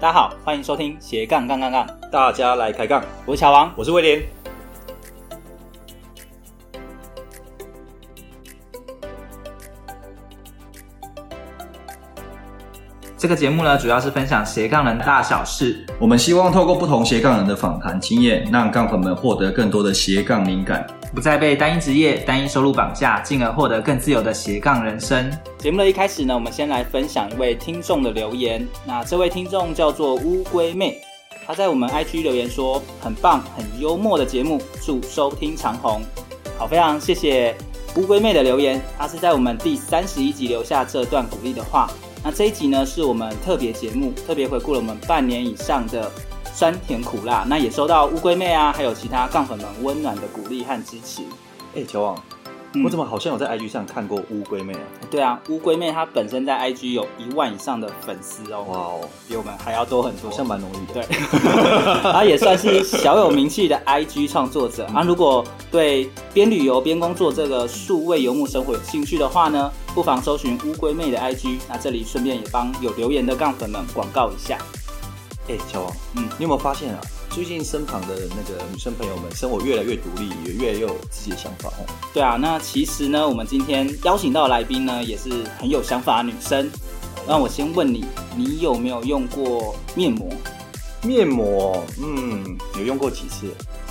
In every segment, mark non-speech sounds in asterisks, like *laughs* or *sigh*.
大家好，欢迎收听斜杠杠杠杠，大家来开杠，我是小王。我是威廉。这个节目呢，主要是分享斜杠人大小事。我们希望透过不同斜杠人的访谈经验，让杠粉们获得更多的斜杠灵感。不再被单一职业、单一收入绑架，进而获得更自由的斜杠人生。节目的一开始呢，我们先来分享一位听众的留言。那这位听众叫做乌龟妹，她在我们 IG 留言说：“很棒、很幽默的节目，祝收听长虹。”好，非常谢谢乌龟妹的留言，她是在我们第三十一集留下这段鼓励的话。那这一集呢，是我们特别节目，特别回顾了我们半年以上的酸甜苦辣。那也收到乌龟妹啊，还有其他杠粉们温暖的鼓励和支持。哎、乔王，嗯我怎么好像有在 IG 上看过乌龟妹啊？对啊，乌龟妹她本身在 IG 有一万以上的粉丝哦，哇哦，比我们还要多很多好。像蛮容易的。对， *laughs* 她也算是小有名气的 IG 创作者啊。如果对边旅游边工作这个数位游牧生活有兴趣的话呢，不妨搜寻乌龟妹的 IG。那这里顺便也帮有留言的杠粉们广告一下。哎、乔王，嗯嗯，你有没有发现啊？最近身旁的那个女生朋友们，生活越来越独立，也越来越有自己的想法哦。对啊，那其实呢，我们今天邀请到的来宾呢，也是很有想法的女生。那我先问你，你有没有用过面膜？面膜，嗯，有用过几次？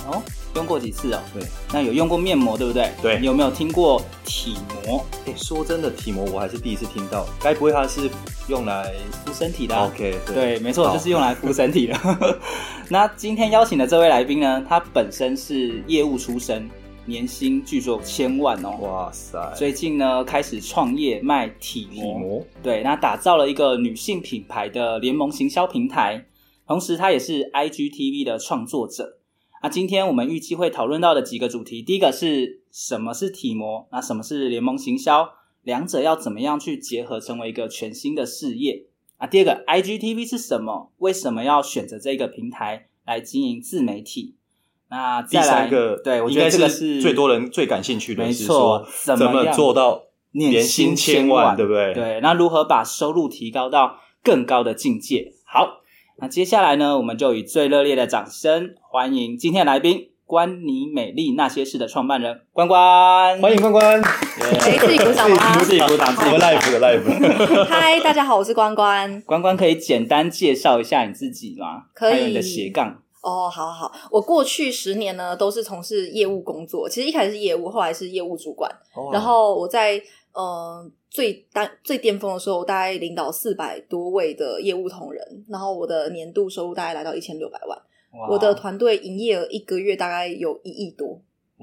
哦，用过几次哦？对，那有用过面膜，对不对？对你有没有听过体膜？哎、说真的，体膜我还是第一次听到，该不会它是用来敷身体的啊、 ？OK，对对，没错，好就是用来敷身体的。 *laughs* 那今天邀请的这位来宾呢，他本身是业务出身，年薪据说千万哦。哇塞，最近呢，开始创业卖体体膜，对，那打造了一个女性品牌的联盟行销平台，同时她也是 IGTV 的创作者。那今天我们预计会讨论到的几个主题，第一个是什么是体模，那什么是联盟行销，两者要怎么样去结合成为一个全新的事业？啊，第二个 IGTV 是什么？为什么要选择这个平台来经营自媒体？那第再来三个，对我应觉得该这个是是最多人最感兴趣的，没是错说怎怎么样么做到年年薪薪千千万万，对不对？，对，那如何把收入提高到更高的境界？好，那接下来呢，我们就以最热烈的掌声欢迎今天的来宾——关你美丽那些事的创办人关关。欢迎关关，耶，谁哎自己鼓掌吗？啊 *laughs* 自己鼓掌，自己我鼓们 live *laughs* 的 live，嗨，大家好，我是关关。关关可以简单介绍一下你自己吗？可以还有你的斜杠。哦，好好，好，我过去十年呢都是从事业务工作，其实一开始是业务，后来是业务主管， *laughs* 然后我在呃最单最巅峰的时候，我大概领导四百多位的业务同仁，然后我的年度收入大概来到一千六百万，哇我的团队营业额一个月大概有一亿多，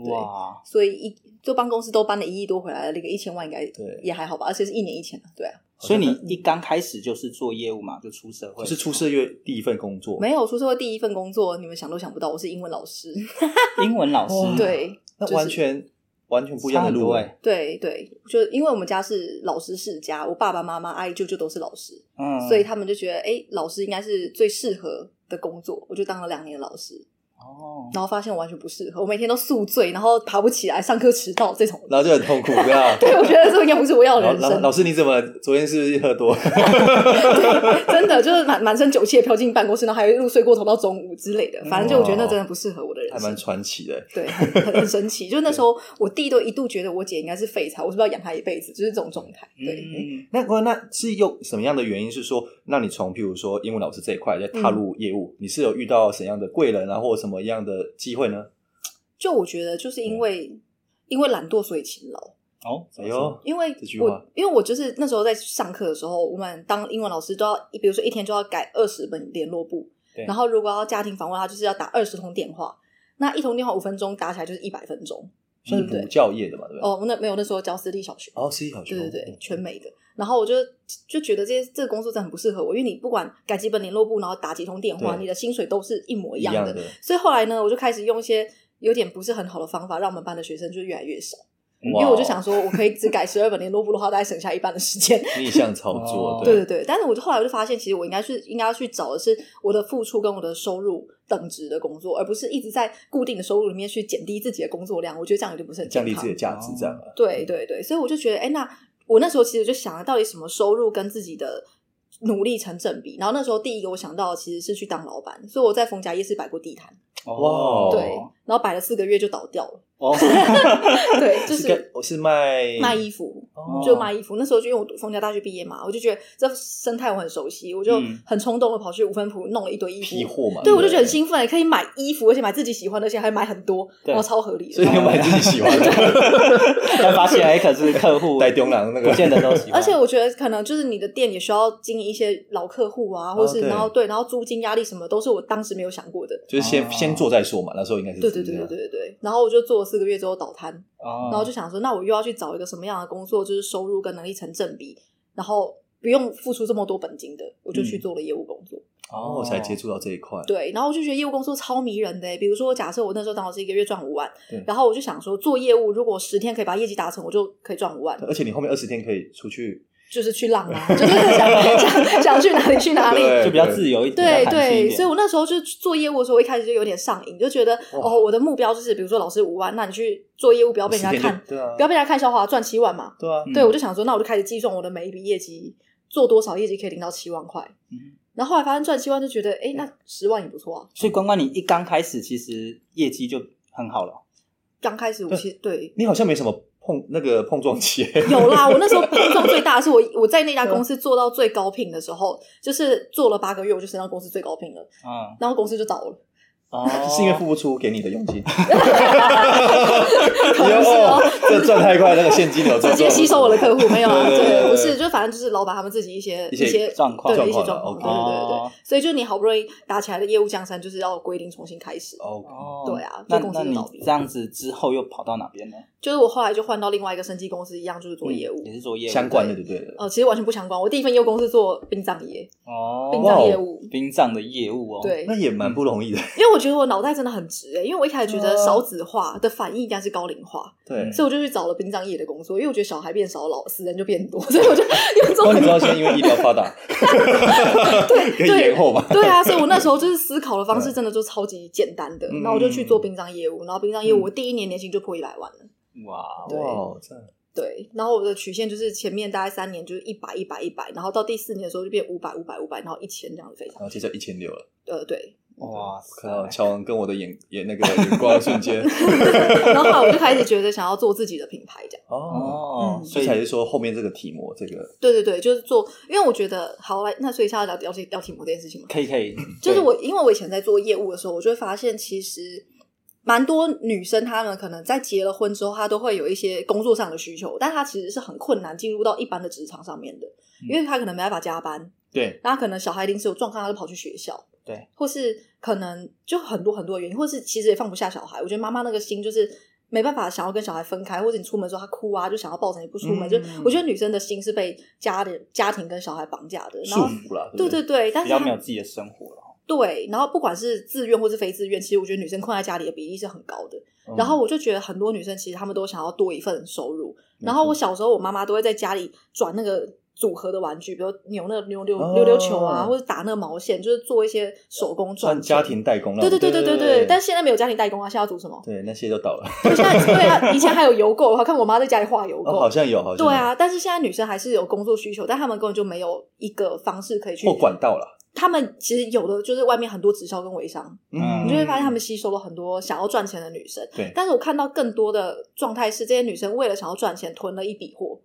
哇，所以一就帮公司都搬了一亿多回来了，那个一千万应该对也还好吧，而且是一年一千啊，对啊，所以你一刚开始就是做业务嘛，就出社会，我是出社业第一份工作，没有出社会第一份工作，你们想都想不到，我是英文老师， *laughs* 英文老师，哇，对。那就是完全完全不一样的差很路多欸欸，对对，就因为我们家是老师世家，我爸爸妈妈、阿姨、舅舅都是老师，嗯，所以他们就觉得，哎，老师应该是最适合的工作。我就当了两年老师，哦，然后发现我完全不适合，我每天都宿醉，然后爬不起来，上课迟到这种。然后就很痛苦，对吧？ *laughs* 对，我觉得这应该不是我要的老人老生，老师，你怎么昨天是不是喝多？ *laughs* 真的就是满满身酒气的飘进办公室，然后还一路睡过头到中午之类的。反正就我觉得那真的不适合我的人嗯哦还蛮生，传奇的欸，对，很很很神奇。就那时候我弟都一度觉得我姐应该是废材，我是不是要养她一辈子？就是这种状态。对，嗯，那关那是用什么样的原因？是说让你从譬如说英文老师这一块再踏嗯入业务，你是有遇到怎样的贵人啊，或者什么样的机嗯会呢？就我觉得就是嗯因为、因为懒惰所以勤劳。哦，怎哎么说呦，因为这句话我因为我就是那时候在上课的时候，我们当英文老师都要，比如说一天就要改二十本联络簿对，然后如果要家庭访问，他就是要打二十通电话，那一通电话五分钟打起来就是一百分钟，算是对补教业的嘛，对不对？哦，那没有那时候教私立小学，哦，私立小学，对对对，全美的。然后我就就觉得这些这个工作真的很不适合我，因为你不管改基本联络部，然后打几通电话，对你的薪水都是一模一一样样的。所以后来呢，我就开始用一些有点不是很好的方法，让我们班的学生就越来越少。因因为我就想，说，我可以只改十二本联络部的话，大概省下一半的时间。逆向操作哦，*laughs* 对对对，但是我就后来我就发现，其实我应该是应该要去找的是我的付出跟我的收入等值的工作，而不是一直在固定的收入里面去减低自己的工作量。我觉得这样有点不是很健降康哦低自己的价值，这样啊。对对对，所以我就觉得，哎，那我那时候其实就想了，到底什么收入跟自己的努力成正比？然后那时候第一个我想到的其实是去当老板，所以我在逢甲夜市摆过地摊，哇哦对，然后摆了四个月就倒掉了，哦， *laughs* 对，就是跟是我是卖卖衣服。哦就卖衣服，那时候就因为我读逢甲大学毕业嘛，我就觉得这生态我很熟悉，我就嗯很冲动的跑去五分铺弄了一堆衣服，批货嘛，对不我就觉得很兴奋，可以买衣服，而且买自己喜欢的，而且还买很多，对然后超合理的。所以你买自己喜欢的，但发现哎，可是客户带中郎那个不见得都喜欢，而且我觉得可能就是你的店也需要经营一些老客户啊，或是哦对然后对，然后租金压力什么都是我当时没有想过的。 *laughs* 就是先哦先做再说嘛，那时候应该是对对这对对样对对对。然后我就做了四个月之后倒摊，哦，然后就想说，那我又要去找一个什么样的工作，就是收入跟能力成正比，然后不用付出这么多本金的，我就去嗯做了业务工作。哦，才接触到这一块，对，然后我就觉得业务工作超迷人的欸。比如说，假设我那时候当老师一个月赚五万对，然后我就想说，做业务如果十天可以把业绩达成，我就可以赚五万，而且你后面二十天可以出去，就是去浪 *laughs* 啊，就是想想想去哪里去哪里。对就比较自由一点，对比较弹性一对，点所以我那时候就做业务的时候，我一开始就有点上瘾，就觉得哇哦，我的目标就是，比如说老师五万，那你去做业务，不要被人家10天就看，对啊，不要被人家看笑话，赚七万嘛。对啊，嗯对，我就想说，那我就开始计算我的每一笔业绩，做多少业绩可以领到七万块嗯。然后后来发现赚七万，就觉得哎，那十万也不错啊。所以关关，你一刚开始其实业绩就很好了，刚开始我其实对你好像没什么碰那个碰撞期，有啦，我那时候碰撞最大的是我我在那家公司做到最高聘的时候，就是做了八个月，我就升到公司最高聘了，嗯，然后公司就倒了。哦是因为付不出给你的佣金，能是哦哟，这赚太快，那个现金流直接吸收我的客户没有啊？对对对对对，不是，就反正就是老板他们自己一些一些些状况对一些状状况况，啊对对对哦对。所以就你好不容易打起来的业务江山，就是要归零重新开始。哦，哦，对啊那就公司那就你倒闭这样子之后又跑到哪边呢？就是我后来就换到另外一个生技公司，一样就是做业务嗯也。是做业务相关的就对了，呃，其实完全不相关。我第一份业务公司做殡葬业，哦，殡葬业哇务哦，殡葬的业务哦，，对，那也蛮不容易的，因为我觉得我脑袋真的很直欸诶、因为我一开始觉得哦嗯少子化的反应应该是高龄化，对。所以我就去找了殡葬业的工作，因为我觉得小孩变少，老死人就变多， *laughs* 所以我就又不做过哦你知道，了。现在因为医疗发达，对可以对延后吧？对啊，所以我那时候就是思考的方式真的就超级简单的嗯，那我就去做殡葬业务，然后殡葬业嗯务我第一年年薪就破一百万了，哇，对哇，这样对，然后我的曲线就是前面大概三年就是一百一百一百，然后到第四年的时候就变五百五百五百，然后一千这样子飞然上，后接着一千六了，呃对，哇看到塞，乔恩跟我的眼眼那个眼光瞬间，然后后来我就开始觉得想要做自己的品牌这样，哦，哦，嗯所所以以才是说后面这个体模这个对对对，就是做，因为我觉得好来，那所以现在聊聊聊题目这件事情嘛，可以可以，就对是我，因为我以前在做业务的时候，我就会发现，其实蛮多女生她们可能在结了婚之后，她都会有一些工作上的需求，但她其实是很困难进入到一般的职场上面的，因为她可能没办法加班，对，然后她可能小孩临时有状况，她就跑去学校，对，或是可能就很多很多的原因，或是其实也放不下小孩。我觉得妈妈那个心就是。没办法，想要跟小孩分开，或者你出门的时候她哭啊，就想要抱着你不出嗯门，就我觉得女生的心是被家的家庭跟小孩绑架的，然束后缚了，对不对对对，但比是较她没有自己的生活了，对，然后不管是自愿或是非自愿，其实我觉得女生困在家里的比例是很高的。嗯然后我就觉得很多女生其实她们都想要多一份收入。没然后错我小时候，我妈妈都会在家里转那个组合的玩具，比如扭那个溜溜哦溜溜球啊，或者打那个毛线，就是做一些手工赚算家钱。庭代工了，对对对对对对对对，，但现在没有家庭代工啊，现在要组什么？对那些都倒了，就现在对啊，以前还有邮购，我还看我妈在家里画邮哦，购好。像有，好像有对，啊，但是现在女生还是有工作需求，但她们根本就没有一个方式可以去或。管道了，她们其实有的就是外面很多直销跟微商，嗯你就会发现他们吸收了很多想要赚钱的女生。对但是我看到更多的状态是，这些女生为了想要赚钱，囤了一笔货，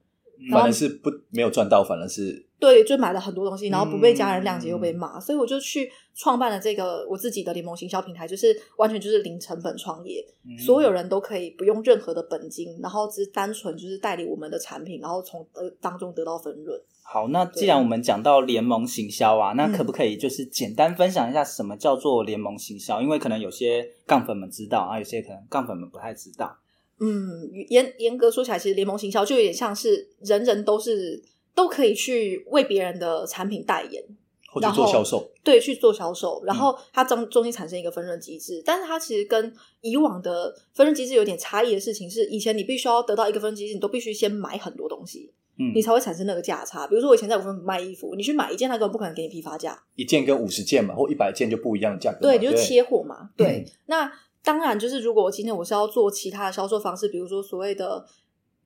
反而是不没有赚到，反而是对，就买了很多东西，然后不被家人谅解嗯又被骂，所以我就去创办了这个我自己的联盟行销平台，就是完全就是零成本创业，嗯所有人都可以不用任何的本金，然后只是单纯就是代理我们的产品，然后从呃当中得到分润。好，那既然我们讲到联盟行销啊，那嗯可不可以就是简单分享一下什么叫做联盟行销？因为可能有些杠粉们知道啊，有些可能杠粉们不太知道。嗯，严严格说起来，其实联盟行销就有点像是人人都是都可以去为别人的产品代言，或者做销售，对，去做销售，然后它中中间产生一个分润机制，但是它其实跟以往的分润机制有点差异的事情是，以前你必须要得到一个分润机制，你都必须先买很多东西，嗯你才会产生那个价差。比如说我以前在五分卖衣服，你去买一件，他根本不可能给你批发价，一件跟五十件嘛，或一百件就不一样的价格嘛。对，对，嗯你就切货嘛。对，那当然就是如果我今天我是要做其他的销售方式，比如说所谓的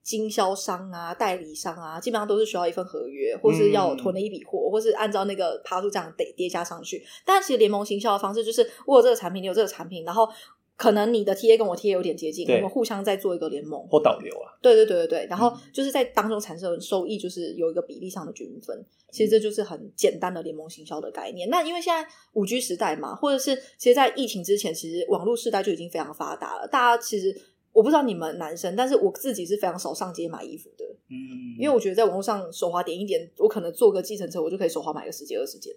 经销商啊、代理商啊，基本上都是需要一份合约，或是嗯要有囤了一笔货，或是按照那个爬树这样叠叠加上去。但其实联盟行销的方式就是，我有这个产品，你有这个产品，然后。可能你的 TA 跟我 TA 有点接近，对我们互相在做一个联盟，或导流啊，对对对对对，然后就是在当中产生的收益，就是有一个比例上的均分。其实这就是很简单的联盟行销的概念。那因为现在五 G 时代嘛，或者是其实，在疫情之前，其实网络时代就已经非常发达了。大家其实我不知道你们男生，但是我自己是非常少上街买衣服的，嗯，因为我觉得在网络上手滑点一点，我可能坐个计程车，我就可以手滑买个十几二十件。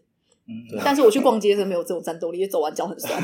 嗯对但是我去逛街是没有这种战斗力，因为走完脚很酸。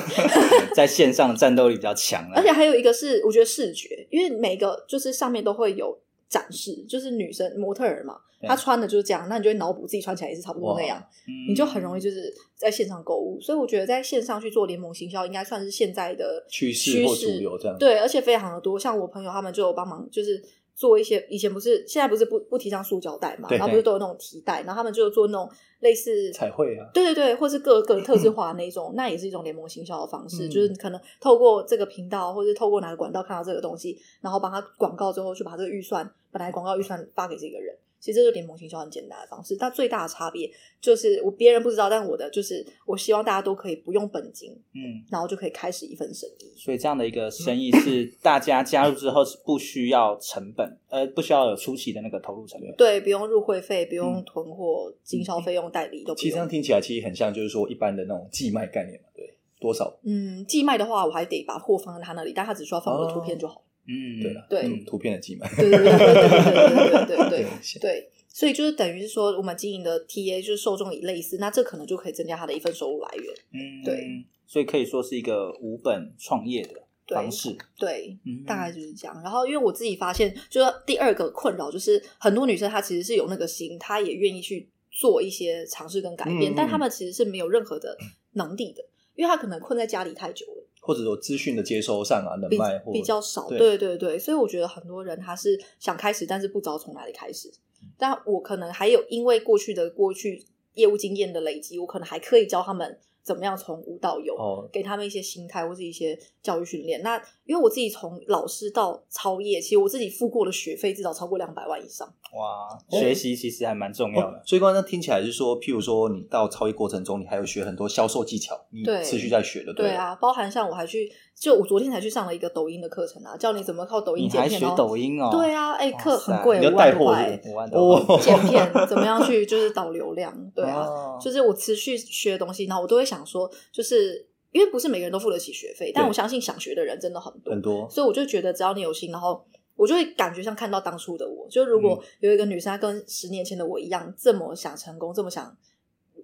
在线上的战斗力比较强啊而且还有一个是，我觉得视觉，因为每个就是上面都会有展示，就是女生模特儿嘛，对她穿的就是这样，那你就会脑补自己穿起来也是差不多那样，嗯你就很容易就是在线上购物。所以我觉得在线上去做联盟行销，应该算是现在的趋势趋或主势流这样。对，而且非常的多。像我朋友他们就有帮忙，就是做一些以前不是现在不是不不提倡塑胶袋嘛，对然后不是都有那种提袋，然后他们就做那种类似彩绘啊，对对对，或是各个特制化的那一种，那也是一种联盟行销的方式，嗯就是可能透过这个频道，或是透过哪个管道看到这个东西，然后帮他广告之后，去把这个预算本来广告预算发给这个人。其实这就是联盟行销很简单的方式，但最大的差别就是我别人不知道，但我的就是我希望大家都可以不用本金，嗯，然后就可以开始一份生意。所以这样的一个生意是大家加入之后是不需要成本，呃，不需要有初期的那个投入成本。对，不用入会费，不嗯用囤货、经销费用、代理都不其实这样用。听起来其实很像，就是说一般的那种寄卖概念嘛，对，多少嗯，寄卖的话，我还得把货放在他那里，但他只需要放我的图片就好了。嗯，对了，对嗯图片的寄卖，对对对对对对对对 *laughs* 对。是对，所以就是等于是说，我们经营的 TA 就是受众以类似，那这可能就可以增加他的一份收入来源。嗯，对，所以可以说是一个无本创业的对方式，对，嗯，大概就是这样。然后，因为我自己发现，就是第二个困扰就是，很多女生她其实是有那个心，她也愿意去做一些尝试跟改嗯变，但她们其实是没有任何的能力的，因为她可能困在家里太久了。或者说资讯的接收上啊，能比卖或比较少，对对对对，所以我觉得很多人他是想开始，但是不知道从哪里开始。但我可能还有因为过去的过去业务经验的累积，我可能还可以教他们怎么样从无到有，哦，给他们一些心态或是一些教育训练。那因为我自己从老师到操业，其实我自己付过的学费至少超过两百万以上。哇，哦学习其实还蛮重要哦的。所以刚刚听起来就是说，譬如说你到超越过程中，你还有学很多销售技巧，你对持续在学的，对了，啊，包含像我还去，就我昨天才去上了一个抖音的课程啊，教你怎么靠抖音你剪还片。学然后抖音哦？对啊，哎、哇课很塞贵，你要五带万货块欸是。五万多块，哦，剪片，怎么样去就是导流量，对啊，哦就是我持续学东西，然后我都会想说，就是因为不是每个人都付得起学费，但对我相信想学的人真的很多，很多所以我就觉得只要你有心，然后我就会感觉像看到当初的我，就如果有一个女生她跟十年前的我一样，这么想成功，这么想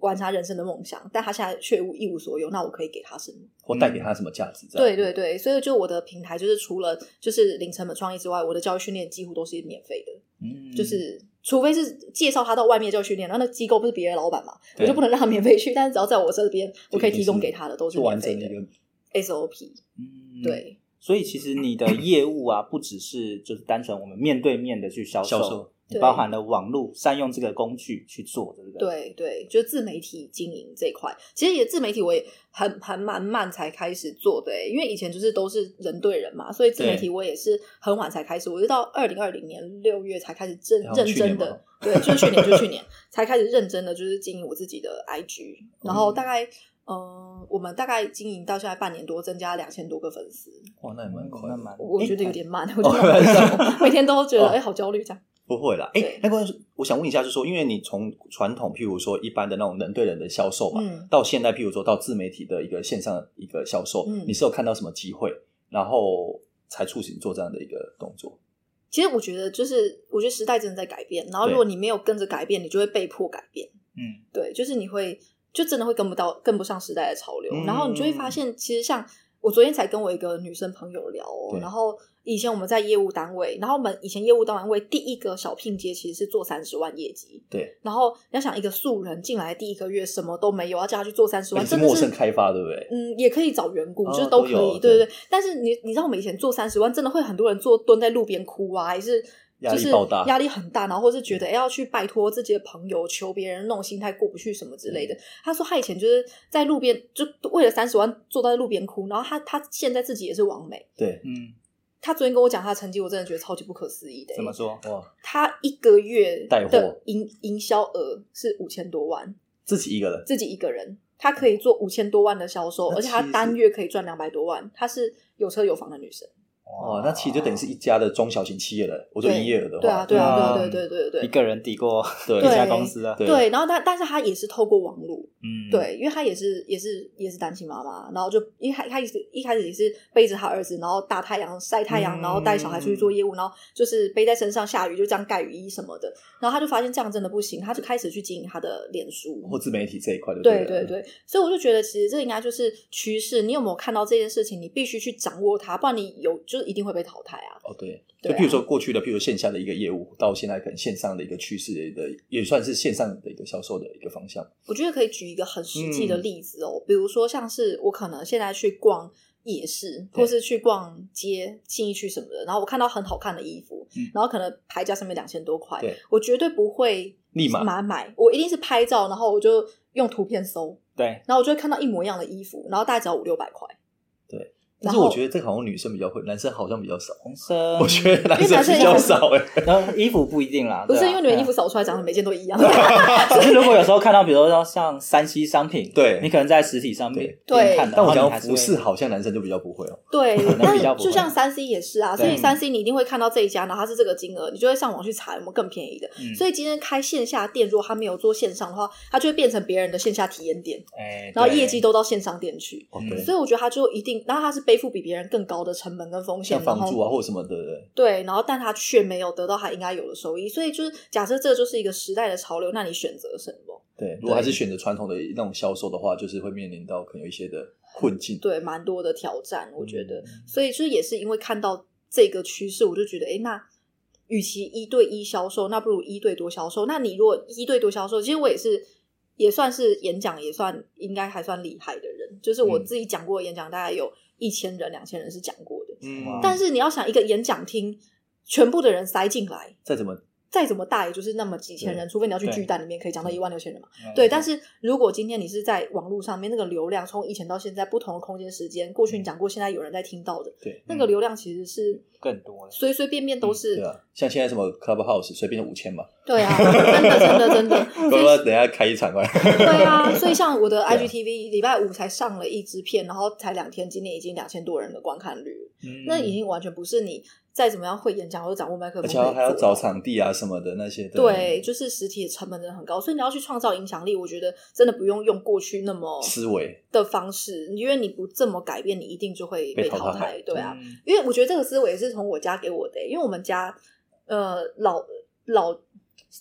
完成她人生的梦想，但她现在却无一无所有，那我可以给她什么？或带给他什么价值？这样对对，对，所以就我的平台就是除了就是零成本创业之外，我的教育训练几乎都是免费的。嗯就是除非是介绍他到外面教育训练，然后那机构不是别的老板嘛，对我就不能让他免费去。但是只要在我这边，我可以提供给他的都是免完费整的一的个 SOP。嗯，对，所以其实你的业务啊，不只是就是单纯我们面对面的去销销售，你对包含了网络善用这个工具去做，对不对？对对，就是自媒体经营这一块，其实也自媒体我也很很蛮慢才开始做的欸、因为以前就是都是人对人嘛，所以自媒体对我也是很晚才开始，我是到二零二零年六月才开始认然后认去真年的嘛，对，就是去年就去年才开始认真的就是经营我自己的 IG，然后大概。嗯，我们大概经营到现在半年多，增加两千多个粉丝，哇，那也蛮快那的。蛮，我诶觉得有点慢， *laughs* 我觉得好慢 *laughs* 每天都觉得哦哎、好焦虑这样。不会啦，哎、对那关于我想问一下，就是说，因为你从传统，譬如说一般的那种人对人的销售嘛，嗯到现在，譬如说到自媒体的一个线上一个销售，嗯你是有看到什么机会，然后才促使你做这样的一个动作？其实我觉得就是，我觉得时代真的在改变，然后如对果你没有跟着改变，你就会被迫改变。嗯，对，就是你会就真的会跟不到、跟不上时代的潮流，嗯然后你就会发现，其实像我昨天才跟我一个女生朋友聊哦、对然后以前我们在业务单位，然后我们以前业务单位第一个小聘接其实是做三十万业绩，对，然后你要想一个素人进来第一个月什么都没有，要叫他去做三十而万，且是真的陌是生开发，对不对？嗯，也可以找员工，哦就是都都可有以，对对对对。但是你你知道我们以前做三十万，真的会很多人做蹲在路边哭啊，也是压就力是爆大嗯压力很大，然后或是觉得哎要去拜托自己的朋友求别人那种心态过不去什么之类的。嗯他说他以前就是在路边就为了三十万坐在路边哭，然后他他现在自己也是王美。对，嗯，他昨天跟我讲他的成绩，我真的觉得超级不可思议的、欸怎么说？哇，他一个月带货的营营销额是五千多万，自己一个人，自己一个人，他可以做五千多万的销售，那而且他其实单月可以赚两百多万。她是有车有房的女生，哦，那其实就等于是一家的中小型企业了。我说对营业额的话，对啊，对啊，对对啊啊对对对对一对。个人抵过对一家公司了，对对，然后她，但是她也是透过网络，嗯，对，因为她也是也是也是单亲妈妈，然后就一开开始一开始也是背着她儿子，然后大太阳晒太阳，嗯然后带小孩出去做业务，然后就是背在身上，下雨就这样盖雨衣什么的，然后她就发现这样真的不行，她就开始去经营她的脸书，或自媒体这一块，对对对了，对，所以我就觉得其实这应该就是趋势。你有没有看到这件事情？你必须去掌握它，不然你有就是一定会被淘汰啊。哦对。就对啊譬如说过去的，譬如线下的一个业务，到现在可能线上的一个趋势的，也算是线上的一个销售的一个方向。我觉得可以举一个很实际的例子哦，比如说像是我可能现在去逛夜市，对或是去逛街信义区什么的，然后我看到很好看的衣服，嗯然后可能牌价上面两千多块对，我绝对不会立马马买，我一定是拍照，然后我就用图片搜，对，然后我就会看到一模一样的衣服，然后大概只要五六百块。但然是后我觉得这个好像女生比较会，男生好像比较少。红生， *laughs* 我觉得男因为男生比较也少 *laughs* 哎、然后衣服不一定啦，不是对啊因为你们衣服，扫出来长得每件都一样，嗯对只是如果有时候看到，比如说像山西商品，对你可能在实体上面对对看到，但我然讲后你到还是服会饰，好像男生就比较不会哦。 *laughs* 对，但比较是不就会像三 C 也是啊，所对以三 C 你一定会看到这一家，然后它是这个金额，你就会上网去查有没有更便宜的。嗯所以今天开线下店，如果他没有做线上的话，它就会变成别人的线下体验店，哎，然后对业绩都到线上店去。哦嗯对，所以我觉得它就一定，然后它是背负比别人更高的成本跟风像险，然房租后啊或什么的，对，然后但它却没有得到它应该有的收益。所以就是假设这就是一个时代的潮流，那你选择什么？对。如果还是选择传统的那种销售的话，就是会面临到可能有一些的困境。对，蛮多的挑战，我觉得。嗯所以就是也是因为看到这个趋势，我就觉得，哎，那与其一对一销售，那不如一对多销售。那你如果一对多销售，其实我也是也算是演讲，也算应该还算厉害的人，就是我嗯自己讲过的演讲，大概有一千人、两千人是讲过的。嗯，但是你要想一个演讲厅，全部的人塞进来，再怎么再怎么大也就是那么几千人，除非你要去对巨蛋里面可以讲到一万六千人嘛。嗯对，但是如果今天你是在网络上面那个流量，从以前到现在不同的空间、时间，过去你讲过，现在有人在听到的，对那个流量其实是更多了，随随便便都是对啊，像现在什么 Clubhouse 随便五千嘛，对啊，真的真的 *laughs* 真的，要所不要以等一下开一场啊？对啊，所以像我的对啊 IGTV 礼拜五才上了一支片，然后才两天，今天已经两千多人的观看率，嗯那已经完全不是你再怎么样会演讲或者掌握麦克而风可以且做到，还要找场地啊什么的那些。对，就是实体的成本真的很高，所以你要去创造影响力，我觉得真的不用用过去那么思维的方式，因为你不这么改变，你一定就会被被淘淘汰汰。对啊，嗯因为我觉得这个思维是从我家给我的、欸因为我们家呃老老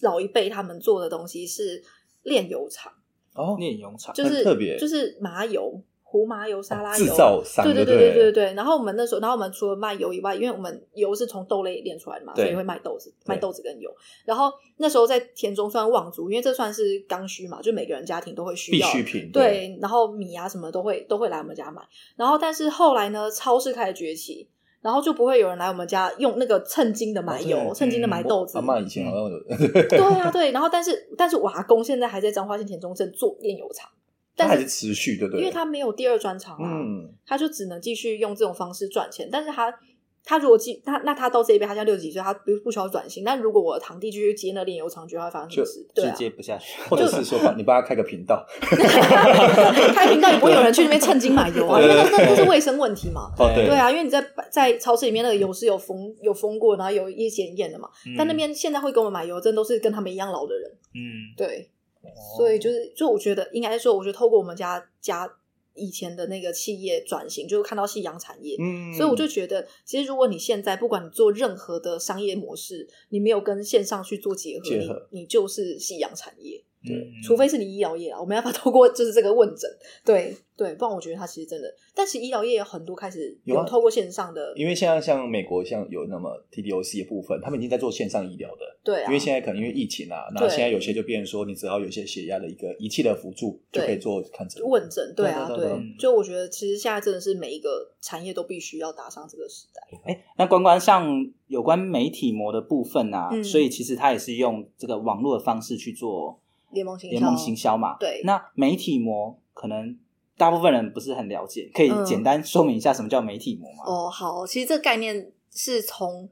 老一辈他们做的东西是炼油厂，哦，炼油厂就很是特别哦就是麻油、胡麻油、沙拉制油。造商对就对对对对对对，然后我们那时候，然后我们除了卖油以外，因为我们油是从豆类炼出来的嘛，对所以会卖豆子，对卖豆子跟油。然后那时候在田中算望族，因为这算是刚需嘛，就每个人家庭都会需必要。需品。对，对，然后米啊什么都会都会来我们家买。然后但是后来呢，超市开始崛起，然后就不会有人来我们家用那个称斤的买哦油，对称斤的买豆子。嗯阿妈以前好像有， *laughs* 对啊，对。然后但是但是我阿公现在还在彰化县田中镇做炼油厂，他还但是持续，对不对？因为他没有第二专长啊，嗯，他就只能继续用这种方式赚钱。但是他他如果继他那他到这一边，他现在六十几岁，他不不需要转型。但如果我的堂弟继续接那炼油厂，就会发生什就么事？对就啊，接不下去，或者是说帮你帮他开个频 *laughs* 道，开频道也不会有人去那边称斤买油啊，因为那那不是卫生问题嘛。哦对对啊，因为你在在超市里面那个油是有封有封过，然后有一些检验的嘛。嗯但那边现在会跟我们买油，真都是跟他们一样老的人。嗯，对，哦所以就是就我觉得应该说，我觉得透过我们家家以前的那个企业转型，就是看到夕阳产业。嗯，所以我就觉得，其实如果你现在不管你做任何的商业模式，你没有跟线上去做结合，结合你你就是夕阳产业。对，嗯除非是你医疗业啊，我没办法透过就是这个问诊，对对，不然我觉得他其实真的，但其实医疗业有很多开始有啊有透过线上的，因为现在像美国像有那么 TDOC 的部分，他们已经在做线上医疗的，对啊因为，现在可能因为疫情啊，那对现在有些就变成说，你只要有一些血压的一个仪器的辅助，就对可以做看诊。问诊，对啊，对对对嗯对对，就我觉得其实现在真的是每一个产业都必须要打上这个时代，嗯哎那关关像有关媒体膜的部分啊，嗯所以其实它也是用这个网络的方式去做联盟行销联盟行销嘛。对那媒体膜可能大部分人不是很了解，可以嗯简单说明一下什么叫媒体膜吗？哦，好，其实这个概念是从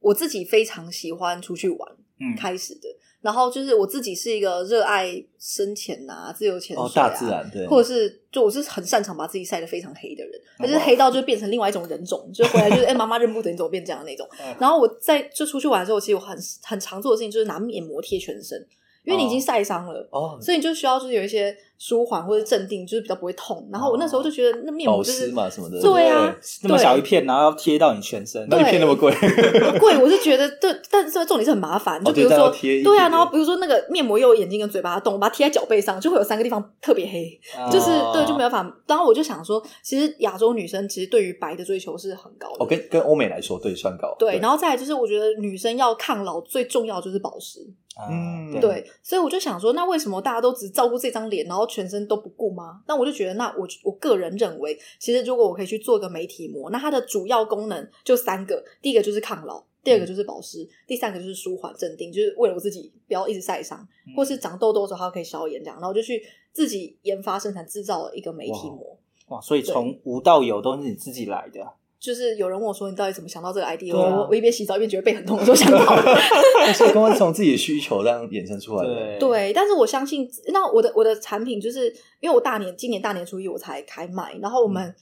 我自己非常喜欢出去玩嗯，开始的，然后就是我自己是一个热爱深潜啊、自由潜水啊、哦，大自然对，或者是就我是很擅长把自己晒得非常黑的人，哇而就是黑到就变成另外一种人种，就回 *laughs* 来就是哎妈妈认不得你怎么变这样的那种嗯。然后我在就出去玩的时候，其实我很很常做的事情就是拿面膜贴全身，因为你已经晒伤了。哦，所以你就需要就是有一些舒缓或者镇定，就是比较不会痛。然后我那时候就觉得那面保膜就是湿嘛什么的，对啊不，那么对小一片，然后要贴到你全身，那一片那么贵， *laughs* 很贵，我是觉得对，但是重点是很麻烦。哦就比如对它说，要贴一对啊，点然后比如说那个面膜又有眼睛跟嘴巴的洞，我把它贴在脚背上，就会有三个地方特别黑，啊就是哦对，就没办法。然后我就想说，其实亚洲女生其实对于白的追求是很高的。哦，跟跟欧美来说，对，算高，对，然后再来就是，我觉得女生要抗老最重要就是保湿。啊嗯对对，所以我就想说，那为什么大家都只照顾这张脸，然后全身都不顾吗？那我就觉得，那我我个人认为，其实如果我可以去做个媒体膜，那它的主要功能就三个，第一个就是抗老，第二个就是保湿，第三个就是舒缓镇定，就是为了我自己不要一直晒伤，嗯或是长痘痘的时候它可以消炎这样。然后我就去自己研发生产制造了一个媒体膜。哇，所以从无到有都是你自己来的，就是有人问我说：“你到底怎么想到这个 idea？” 对啊我我一边洗澡一边觉得背很痛，我说想到了。对， *laughs* 所以刚刚是从自己的需求这样衍生出来的，对，*laughs* 对，但是我相信，那我的我的产品就是因为我大年今年大年初一我才开卖，然后嗯我们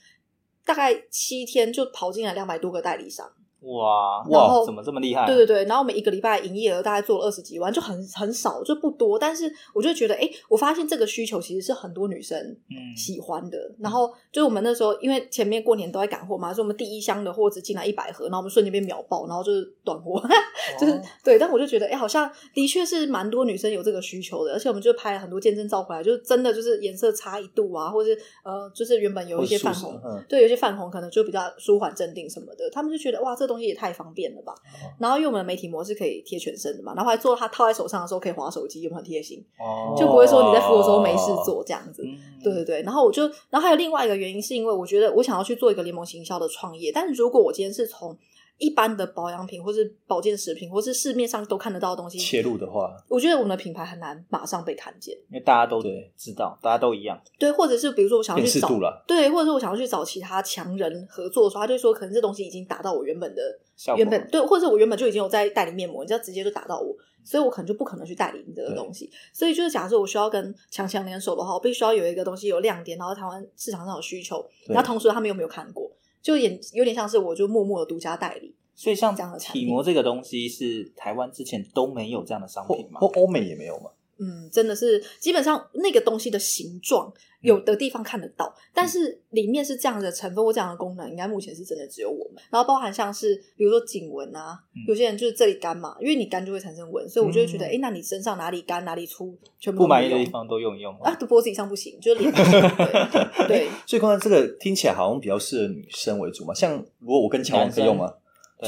大概七天就跑进来两百多个代理商，哇然后怎么这么厉害？对对对，然后我们一个礼拜营业额大概做了二十几万，就很很少，就不多。但是我就觉得，哎，我发现这个需求其实是很多女生嗯喜欢的。然后就是我们那时候，因为前面过年都在赶货嘛，所以我们第一箱的货只进来一百盒，然后我们瞬间被秒爆，然后就是短货。 *laughs* 就是对，但我就觉得，哎、好像的确是蛮多女生有这个需求的，而且我们就拍了很多健身照回来，就是真的就是颜色差一度啊，或是呃，就是原本有一些泛红，嗯，对，有一些泛红可能就比较舒缓镇定什么的，他们就觉得哇，这东西也太方便了吧。然后因为我们的媒体膜是可以贴全身的嘛，然后还做它套在手上的时候可以滑手机，有没有很贴心？哦就不会说你在敷的时候没事哦做这样子。嗯对对对，然后我就，然后还有另外一个原因，是因为我觉得我想要去做一个联盟行销的创业，但是如果我今天是从一般的保养品或是保健食品或是市面上都看得到的东西，切入的话，我觉得我们的品牌很难马上被看见。因为大家都对知道，大家都一样，对，或者是比如说我想要辨识去找，度了，对，或者是我想要去找其他强人合作的时候，他就说可能这东西已经达到我原本的效果原本对，或者我原本就已经有在代理面膜，你知道直接就打到我，所以我可能就不可能去代理你这个东西。所以就是假设我需要跟强强联手的话，我必须要有一个东西有亮点，然后台湾市场上有需求，对然后同时他们又没有看过，就也有点像是我就默默的独家代理。所以像这样的产品体膜这个东西是台湾之前都没有这样的商或品嘛或？欧美也没有嘛，嗯，真的是基本上那个东西的形状，嗯有的地方看得到，但是里面是这样的成分或这样的功能，应该目前是真的只有我们。然后包含像是比如说颈纹啊，嗯有些人就是这里干嘛，因为你干就会产生纹，所以我就会觉得，嗯哎、那你身上哪里干哪里粗，全部都不满意的用地方都用一 *laughs* 用。啊，脖子以上不行， *laughs* 就是脸不行。对对，所以刚才这个听起来好像比较适合女生为主嘛，像如果我跟乔王可以用吗？对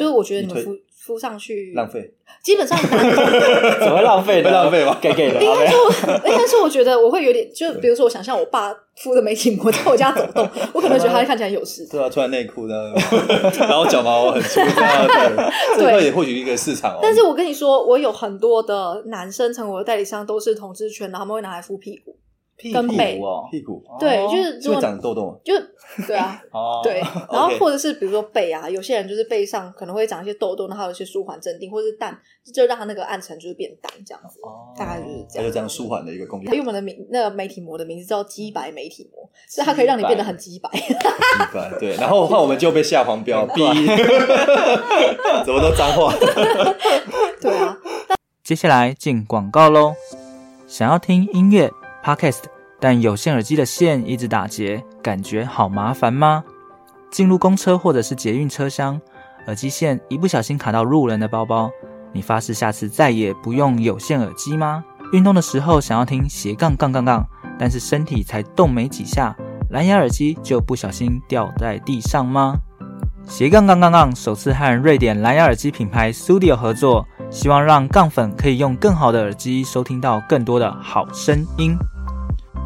就是我觉得你你们推敷敷上去浪，费，基本上男生怎么会浪 *laughs* 费呢？会浪费吗给给的，应好该没是有我，啊应该是我觉得我会有点，就比如说我想象我爸敷的美颈膜在我家走动，我可能觉得他看起来有事。对啊，穿内裤呢，然后脚毛很粗，这样 *laughs* 对，这个也或许一个市场哦。但是我跟你说，我有很多的男生成为我的代理商都是同志圈，然后他们会拿来敷屁股。屁 *laughs* 跟背股哦，屁股对，哦就是是如会果长痘痘吗？就 *laughs* 对啊，哦，对，然后 OK 或者是比如说背啊，有些人就是背上可能会长一些痘痘，然后有一些舒缓镇定，或是淡，就让它那个暗沉就是变淡这样子，哦大概就是这它样。就这样舒。缓的一个功因为能，我们的名那个媒体膜的名字叫肌白媒体膜，所以它可以让你变得很肌白。 *laughs* 明白对。然后的话，我们就被下黄标，逼， *laughs* 怎么都脏话。对啊，接下来进广告喽。想要听音乐 podcast，但有线耳机的线一直打结，感觉好麻烦吗？进入公车或者是捷运车厢，耳机线一不小心卡到路人的包包，你发誓下次再也不用有线耳机吗？运动的时候想要听斜杠杠杠杠，但是身体才动没几下，蓝牙耳机就不小心掉在地上吗？斜杠杠杠杠首次和瑞典蓝牙耳机品牌 Studio 合作，希望让杠粉可以用更好的耳机收听到更多的好声音。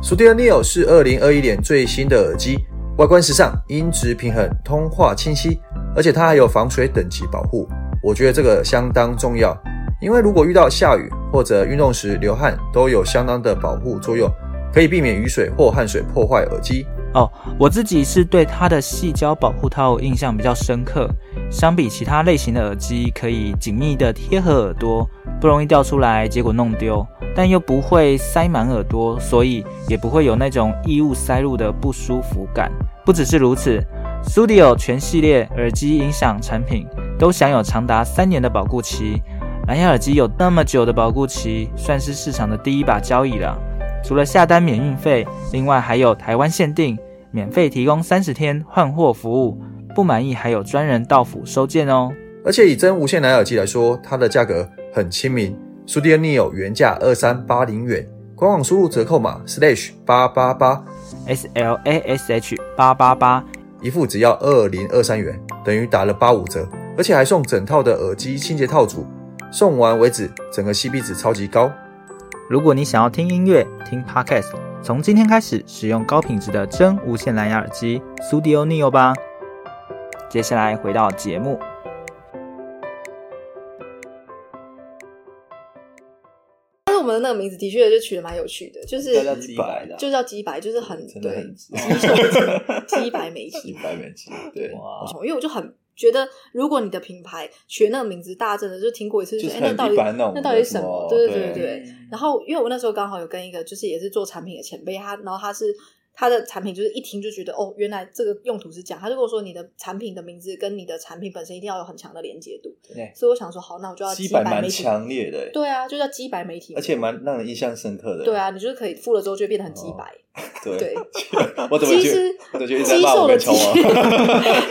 Studio Neo 是二零二一年最新的耳机，外观时尚，音质平衡，通话清晰，而且它还有防水等级保护，我觉得这个相当重要。因为如果遇到下雨或者运动时流汗，都有相当的保护作用，可以避免雨水或汗水破坏耳机。哦，我自己是对它的细胶保护套印象比较深刻。相比其他类型的耳机，可以紧密的贴合耳朵，不容易掉出来，结果弄丢，但又不会塞满耳朵，所以也不会有那种异物塞入的不舒服感。不只是如此，Studio 全系列耳机音响产品都享有长达三年的保固期。蓝牙耳机有那么久的保固期，算是市场的第一把交椅了。除了下单免运费，另外还有台湾限定，免费提供三十天换货服务，不满意还有专人到府收件哦。而且以真无线蓝牙耳机来说，它的价格很亲民，Studio Neo 原价二三八零元，官网输入折扣码 slash 八八八， S L A S H 八八八，一副只要二零二三元，等于打了八五折，而且还送整套的耳机清洁套组，送完为止，整个 CP 值超级高。如果你想要听音乐、听 podcast，从今天开始使用高品质的真无线蓝牙耳机 Studio Neo 吧。接下来回到节目，但是我们的那个名字的确就取得蛮有趣的，就是叫就鸡百的就叫鸡白，就是很真的对很鸡手鸡白媒体一。百美金，对，哇，因为我就很觉得，如果你的品牌取那个名字，大家真的就听过一次，就就是是哎，那很到底一般那种那到底叫什什么么？对对对对。然后，因为我那时候刚好有跟一个就是也是做产品的前辈，他然后他是他的产品就是一听就觉得哦，原来这个用途是这样，他就跟我说你的产品的名字跟你的产品本身一定要有很强的连接度对，所以我想说好，那我就要鸡鸡百白蛮媒体，强烈的，对啊，就叫鸡白媒体，而且蛮让人印象深刻的，对，啊，你就是可以付了之后就会变得很鸡白，对对，，哦 *laughs* 我怎么鸡觉是得我怎么觉得一直在鸡骂我瘦的们鸡穷啊？， *laughs*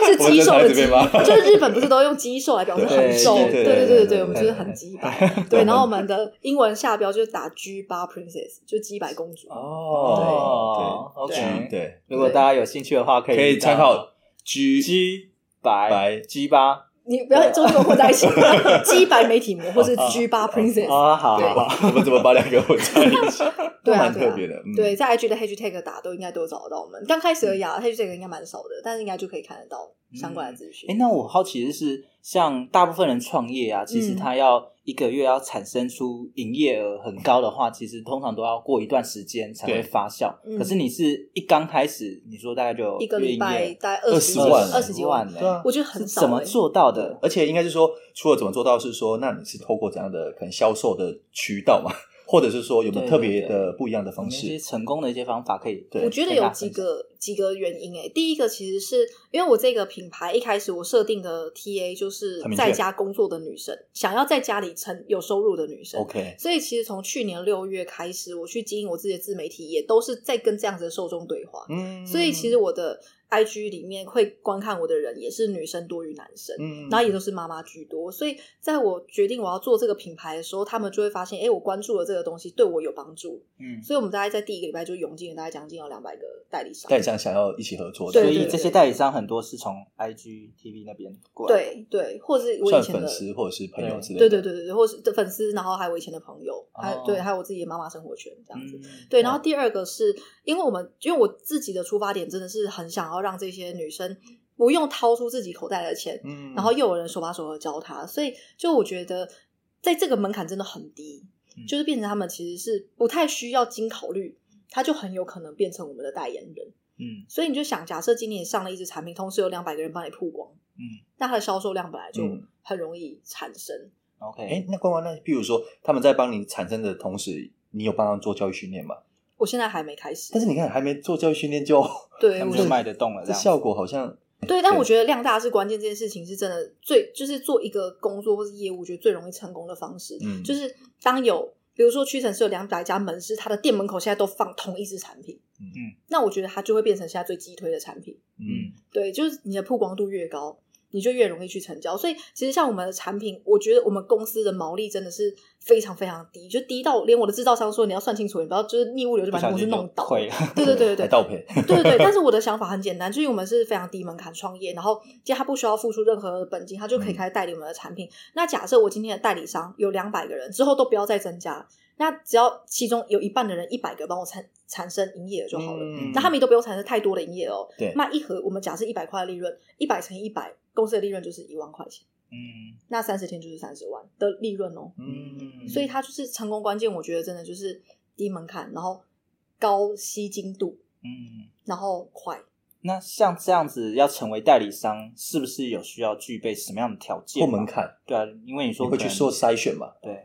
我是们鸡这瘦才的一直鸡被骂， *laughs* 就是日本不是都用鸡瘦来表示很瘦？对对对对对对对对，对我们就是很鸡白。对 *laughs* 对，然后我们的英文下标就是打 G 八 Princess，就鸡白公主。哦对对对 OK 对，如果大家有兴趣的话，可以可以参考 G G 白白 G 八你不要中文 *laughs* 混在一起， *laughs* 鸡白媒体膜或是 G 八 Princess。哦，好好好，我们怎么把两个混在一起？对啊蛮特别的，嗯 *laughs* 对，在 IG 的 hashtag 打都应该都找得到我们。刚开始而已啊，hashtag 应该蛮少的，但是应该就可以看得到相嗯关的资讯哎，。那我好奇的是，像大部分人创业啊，其实嗯他要一个月要产生出营业额很高的话，其实通常都要过一段时间才会对发酵。嗯可是你是一刚开始，你说大概就有一个月礼营拜业大概20十万啊二十几万万，呢、对啊我觉得很是少。怎么欸？做到的？而且应该是说，除了怎么做到，是说，那你是透过怎样的可能销售的渠道嘛，或者是说有没有特别对对的不一样的有方没有一些式？成功的一些方法可以对我觉得跟大家有几分享个几个原因诶、欸第一个其实是因为我这个品牌一开始我设定的 TA 就是很明确在家工作的女生，想要在家里成有收入的女生。 OK，所以其实从去年六月开始，我去经营我自己的自媒体，也都是在跟这样子的受众对话。嗯，所以其实我的 IG 里面会观看我的人也是女生多于男生。嗯，然后也都是妈妈居多，所以在我决定我要做这个品牌的时候，他们就会发现，哎，我关注了这个东西对我有帮助，嗯，所以我们大概在第一个礼拜就涌进了大概将近有两百个代理商。但想想要一起合作所的，对对以对这些代理商很多是从 IG TV 那边过来的。对对，或者是我算以前粉的。丝或者是朋友之类对的，对对对对，或是的粉丝，然后还有我以前的朋友，还有对，哦还有我自己的妈妈生活圈这样子。嗯，对，哦然后第二个是因为我们，因为我自己的出发点真的是很想要让这些女生不用掏出自己口袋的钱，嗯，然后又有人手把手的教她，所以就我觉得在这个门槛真的很低，嗯就是变成他们其实是不太需要经考虑，他就很有可能变成我们的代言人。嗯所以你就想，假设今年上了一支产品，同时有两百个人帮你曝光，嗯，那它的销售量本来就嗯很容易产生。 ，OK，哎，那关关，那譬如说他们在帮你产生的同时，你有帮他们做教育训练嘛？我现在还没开始，但是你看，还没做教育训练就对他我们觉就得卖得动了，这这样效果好像对，但我觉得量大是关键，这件事情是真的最就是做一个工作或是业务，我觉得最容易成功的方式，嗯就是当有比如说屈臣氏有两百家门市，它的店门口现在都放同一支产品，嗯，那我觉得它就会变成现在最激推的产品。嗯，对，就是你的曝光度越高，你就越容易去成交。所以其实像我们的产品，我觉得我们公司的毛利真的是非常非常低，就低到连我的制造商说你要算清楚，你不要就是逆物流就把你公司弄倒。 *laughs* 亏了，对对对 *laughs* 对还对倒赔，对对对。但是我的想法很简单，就是我们是非常低门槛创业，然后其实他不需要付出任何本金，他就可嗯以开始代理我们的产品。那假设我今天的代理商有两百个人，之后都不要再增加，那只要其中有一半的人一百个帮我产产生营业额就好了。嗯那他们也都不用产生太多的营业额哦。对卖一盒我们假设一百块的利润，一百乘以一百，公司的利润就是一万块钱，嗯那三十天就是三十万的利润哦。嗯，所以它就是成功关键，我觉得真的就是低门槛，然后高吸金度，嗯，然后快。那像这样子要成为代理商，是不是有需要具备什么样的条件？过门，槛，对啊，因为你你说会可去能做筛选嘛？对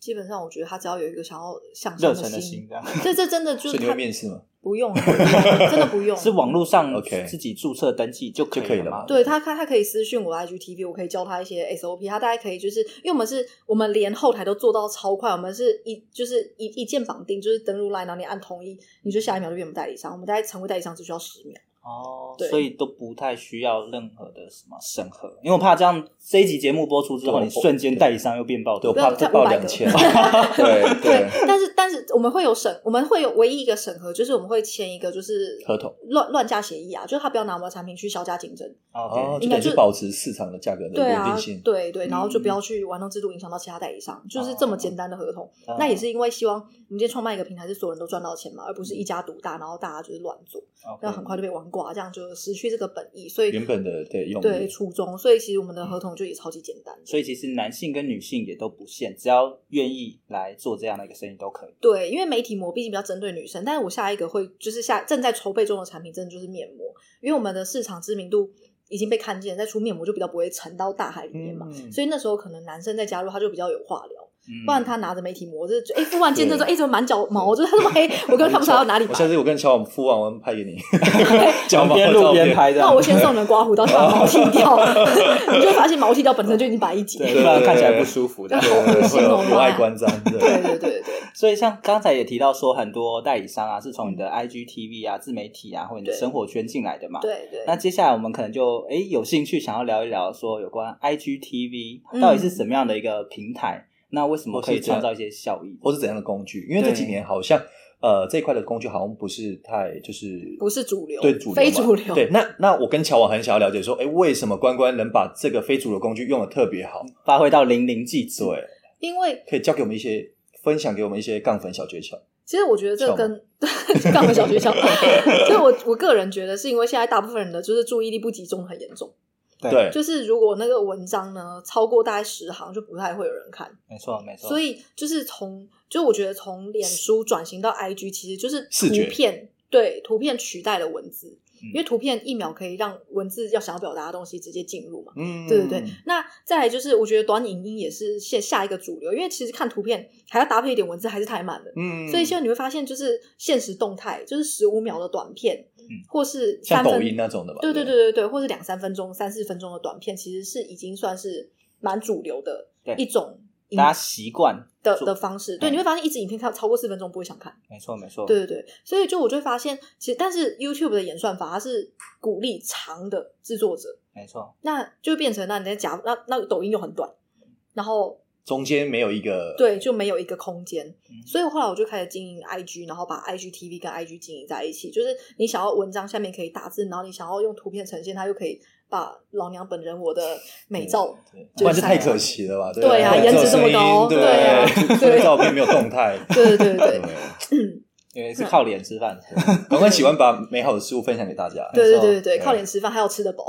基本上，我觉得他只要有一个想要向上热忱的心心，这样，这这真的就所是以你会看面试吗？不用，真的不用， *laughs* 是网络上 OK 自己注册登记就可就可以了了吗嘛？对他，他他可以私讯我 IGTV，我可以教他一些 SOP，他大概可以就是，因为我们是我们连后台都做到超快，我们是一就是一一键绑定，就是登入 line，然后你按同意，你就下一秒就变我们代理商，我们大概成为代理商只需要十秒。哦，对所以都不太需要任何的什么审核，因为我怕这样这一集节目播出之后，对你瞬间代理商又变爆对，多我不。怕要会再报500两个 *laughs* 千，对对对，，但是但是我们会有审，我们会有唯一一个审核，就是我们会签一个就是合同乱乱价协议啊，就是他不要拿我们的产品去削价竞争。哦，哦，就应该等于就是保持市场的价格的对稳啊定性，，哦对对，然后就嗯不要去玩弄制度影响到其他代理商，就是这么简单的合同。嗯那也是因为希望我们今天创办一个平台，是所有人都赚到钱嘛，而不是一家独大，然后大家就是乱做， OK 那很快就被玩挂，这样就失去这个本意。所以原本的对用意对初衷，所以其实我们的合同就也超级简单的。所以其实男性跟女性也都不限，只要愿意来做这样的一个生意都可以。对，因为媒体膜毕竟比较针对女生，但是我下一个会就是下正在筹备中的产品，真的就是面膜，因为我们的市场知名度已经被看见，再出面膜就比较不会沉到大海里面嘛，嗯所以那时候可能男生再加入他就比较有话聊，嗯不然他拿着媒体膜就是哎敷完见证之后，对哎怎么满脚毛，就是他这么黑，我根本看不出来要哪里我下白。次我跟乔往夫王拍给你， *laughs* 讲嗯旁吧边照路边片拍的，那 *laughs* 我先送你们刮胡刀，去把毛剃掉， *laughs* 你就会发现毛剃掉本身就已经白一截。对，不然看起来不舒服的对。对 *laughs* 对对会有我我爱关张，对对，对对对 *laughs* 所以像刚才也提到说，很多代理商啊是从你的 IGTV 啊、自媒体啊或者你的对生活圈进来的嘛。。对对。那接下来我们可能就诶有兴趣想要聊一聊说有关 IGTV 到底是什么样的一个平台，那为什么可以创造一些效益？或是怎样的工具？因为这对几年好像呃这一块的工具好像不是太就是不是主流对主流嘛非主流对。那那我跟乔王很想要了解说，哎，为什么关关能把这个非主流工具用的特别好？发挥到淋漓尽致。对，因为可以教给我们一些分享给我们一些杠粉小诀窍。其实我觉得这笑吗跟 *laughs* 干回小学 *laughs* 校，所以我我个人觉得是因为现在大部分人的就是注意力不集中很严重，对，就是如果那个文章呢超过大概十行，就不太会有人看。哦没错，没错。所以就是从，就我觉得从脸书转型到 IG，其实就是视图觉片，对，图片取代了文字，嗯因为图片一秒可以让文字要想要表达的东西直接进入嘛。嗯对对对，那再来就是，我觉得短影音也是现下一个主流，因为其实看图片还要搭配一点文字，还是太慢了。嗯所以现在你会发现，就是现实动态，就是十五秒的短片，嗯或是像三抖分音那种的吧？对对对对对对，或是两三分钟、三四分钟的短片，其实是已经算是蛮主流的对一种影大家习惯的做的方式。哎嗯对，你会发现一支影片看超过四分钟不会想看。没错，没哦错。对对对，所以就我就会发现，其实但是 YouTube 的演算法它是鼓励长的制作者，没错。那就变成那你在假那那抖音又很短，然后中间没有一个对，就没有一个空间嗯。所以后来我就开始经营 IG，然后把 IGTV 跟 IG 经营在一起。就是你想要文章下面可以打字，然后你想要用图片呈现，它又可以把老娘本人我的美照。对，不就然就是太可惜了吧？对啊啊，颜值只有这么高声音对啊 *laughs* 对，对照片没有动态。 *laughs* 对对 *laughs* 对对对，因为是靠脸吃饭。关关喜欢把美好的事物分享给大家。对对对对对，对靠脸吃饭还要吃得饱。 *laughs*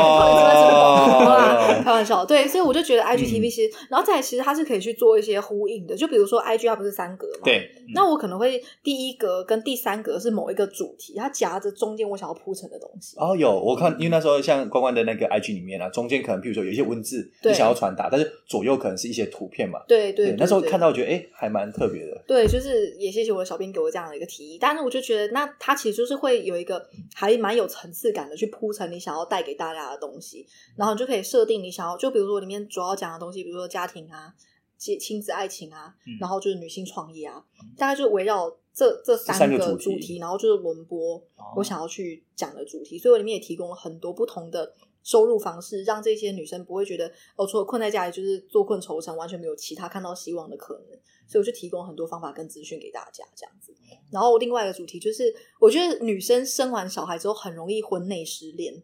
好啦，哦，开玩笑，对，所以我就觉得 IGTV 嗯其实，然后再来其实它是可以去做一些呼应的，就比如说 IG 它不是三格嘛，，对，那我可能会第一格跟第三格是某一个主题，它夹着中间我想要铺陈的东西，哦有，我看，因为那时候像关关的那个 IG 里面啊，中间可能譬如说有一些文字对你想要传达，但是左右可能是一些图片嘛。对对，对那时候对看到我觉得哎，还蛮特别的。对，就是也谢谢我的小编给我这样的一个提议，但是我就觉得，那它其实就是会有一个还蛮有层次感的去铺陈你想要带给大家的东西，然后你就可以设定你想要，就比如说里面主要讲的东西，比如说家庭啊、亲亲子爱情啊，嗯然后就是女性创业啊，大概就围绕这这嗯三三个个主主题题，然后就是轮播哦我想要去讲的主题，所以我里面也提供了很多不同的收入方式，让这些女生不会觉得哦，除了困在家里就是坐困愁城，完全没有其他看到希望的可能。所以我就提供很多方法跟资讯给大家这样子。然后另外一个主题就是，我觉得女生生完小孩之后很容易婚内失恋，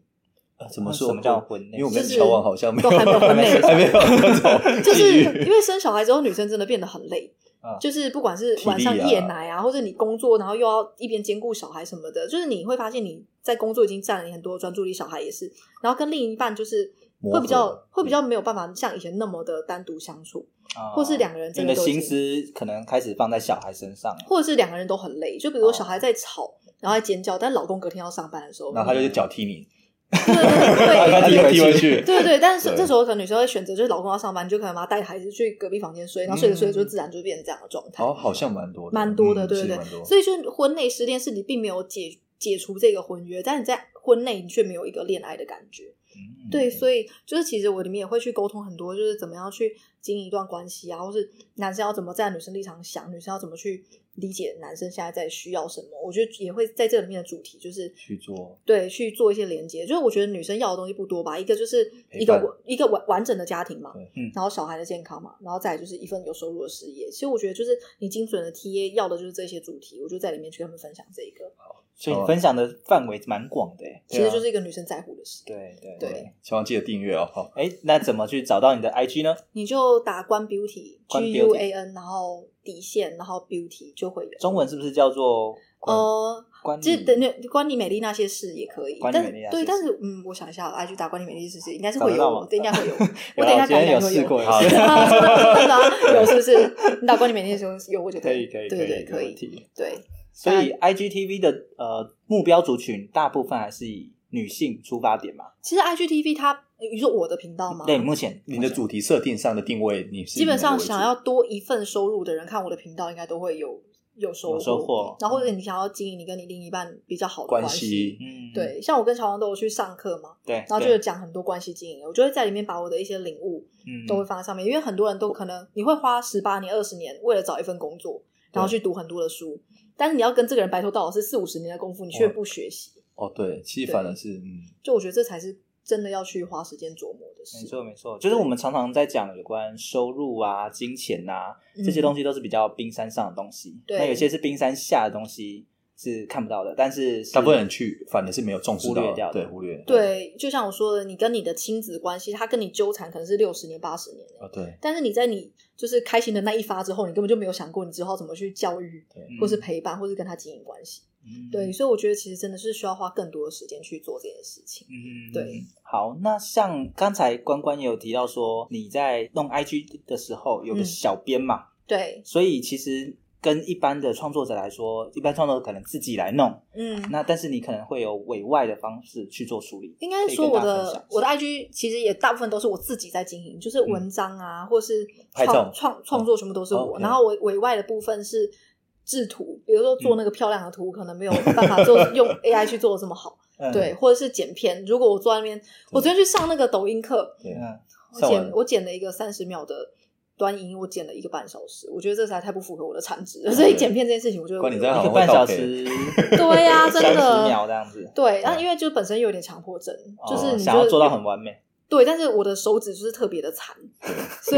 啊怎么说？什么叫婚内因为我就跟是乔王好像没有，都还没有婚内还没有 *laughs* 那种就是际遇因为生小孩之后女生真的变得很累啊。就是不管是体力晚上夜啊奶啊，或者你工作，然后又要一边兼顾小孩什么的，就是你会发现你在工作已经占了你很多专注力，小孩也是，然后跟另一半就是磨会比较合嗯会比较没有办法像以前那么的单独相处，啊或是两个人你真的都已经心思可能开始放在小孩身上了，或者是两个人都很累，就比如说哦小孩在吵，然后在尖叫，但老公隔天要上班的时候，然后他就去脚踢你，对对他对就对踢对。回踢回对去，*laughs* 对对，但是对这时候可能女生会选择，就是老公要上班，你就可能把她带孩子去隔壁房间睡，然嗯后睡着睡着就自然就变成这样的状态，哦，好像蛮多的，蛮多的，嗯对是对蛮对。多所以就是婚内失恋是你并没有解解除这个婚约，但你在婚内你却没有一个恋爱的感觉，嗯对，所以就是其实我里面也会去沟通很多，就是怎么样去经营一段关系啊，或是男生要怎么站在女生立场想，女生要怎么去理解男生现在在需要什么。我觉得也会在这里面的主题就是去做对去做一些连接，就是我觉得女生要的东西不多吧，一个就是陪一个伴完一个完完整的家庭嘛对，嗯然后小孩的健康嘛，然后再来就是一份有收入的事业。其实我觉得就是你精准的 TA 要的就是这些主题，我就在里面去跟他们分享这一个，所以你分享的范围蛮广的耶，其实就是一个女生在乎的事。啊对对对乔王记得订阅哦，好哎，那怎么去找到你的 IG 呢？你就打关 beauty 关 G U A N，然后底线，然后 beauty 就会有。中文是不是叫做呃，关就于等于关你美丽那些事也可以，关你但美丽那些对，事但是嗯，我想一下，IG 打关你美丽是不是应该是找得会到有吗，我，对，应该会有我等 *laughs* 一有啊下打今天一有下会试过一次 *laughs* *laughs* 啊真的真的真的啊有是不是？你打关你美丽的时候有我就可以以，可以，对对对，可可以，以，题。对，所以 IGTV 的呃目标族群大部分还是以女性出发点嘛？其实 IGTV 它，你说我的频道吗？对，目前你的主题设定上的定位，你是基本以上哪个为主想要多一份收入的人看我的频道，应该都会有有收有获。收获，然后或者你想要经营你跟你另一半比较好的关系，系嗯，对，像我跟乔王都有去上课嘛，对，然后就对有讲很多关系经营，我就会在里面把我的一些领悟嗯都会放在上面，因为很多人都可能你会花十八年、二十年为了找一份工作，然后去读很多的书，但是你要跟这个人白头到老是四五十年的功夫，你却不学习，哦，对，其实对反而是嗯，就我觉得这才是真的要去花时间琢磨的事没。错，没错，就是我们常常在讲有关收入啊、金钱啊嗯这些东西，都是比较冰山上的东西。对那有些是冰山下的东西是看不到的，但是是大部分人去反而是没有重视忽到，略掉的对，忽略对，就像我说的，你跟你的亲子关系，他跟你纠缠可能是六十年、八十年欸嗯啊，对，但是你在你就是开心的那一发之后，你根本就没有想过你之后怎么去教育对，或是陪伴，或是跟他经营关系。嗯对，所以我觉得其实真的是需要花更多的时间去做这件事情。嗯，对。好，那像刚才关关也有提到说，你在弄 IG 的时候有个嗯小编嘛，对，所以其实跟一般的创作者来说，一般创作者可能自己来弄，嗯，那但是你可能会有委外的方式去做处理。应该可以说跟我大家分享嗯的我的 IG 其实也大部分都是我自己在经营，就是文章啊，或是拍照创创创作全部都是哦我。 ，OK 然后我委外的部分是制图，比如说嗯做那个漂亮的图，可能没有办法 *laughs* 做用 AI 去做的这么好，嗯对，，或者是剪片。如果我坐在那边，我昨天去上那个抖音课，对嗯，我上完剪我剪了一个三十秒的端音，我剪了一个半小时，我觉得这实在太不符合我的产值了，所以嗯剪片这件事情我就关你这样一个半小时，对呀真的 *laughs* 三十秒这样子，对，那、因为就本身有点强迫症，就是哦你想要就做到很完美。对，但是我的手指就是特别的残，所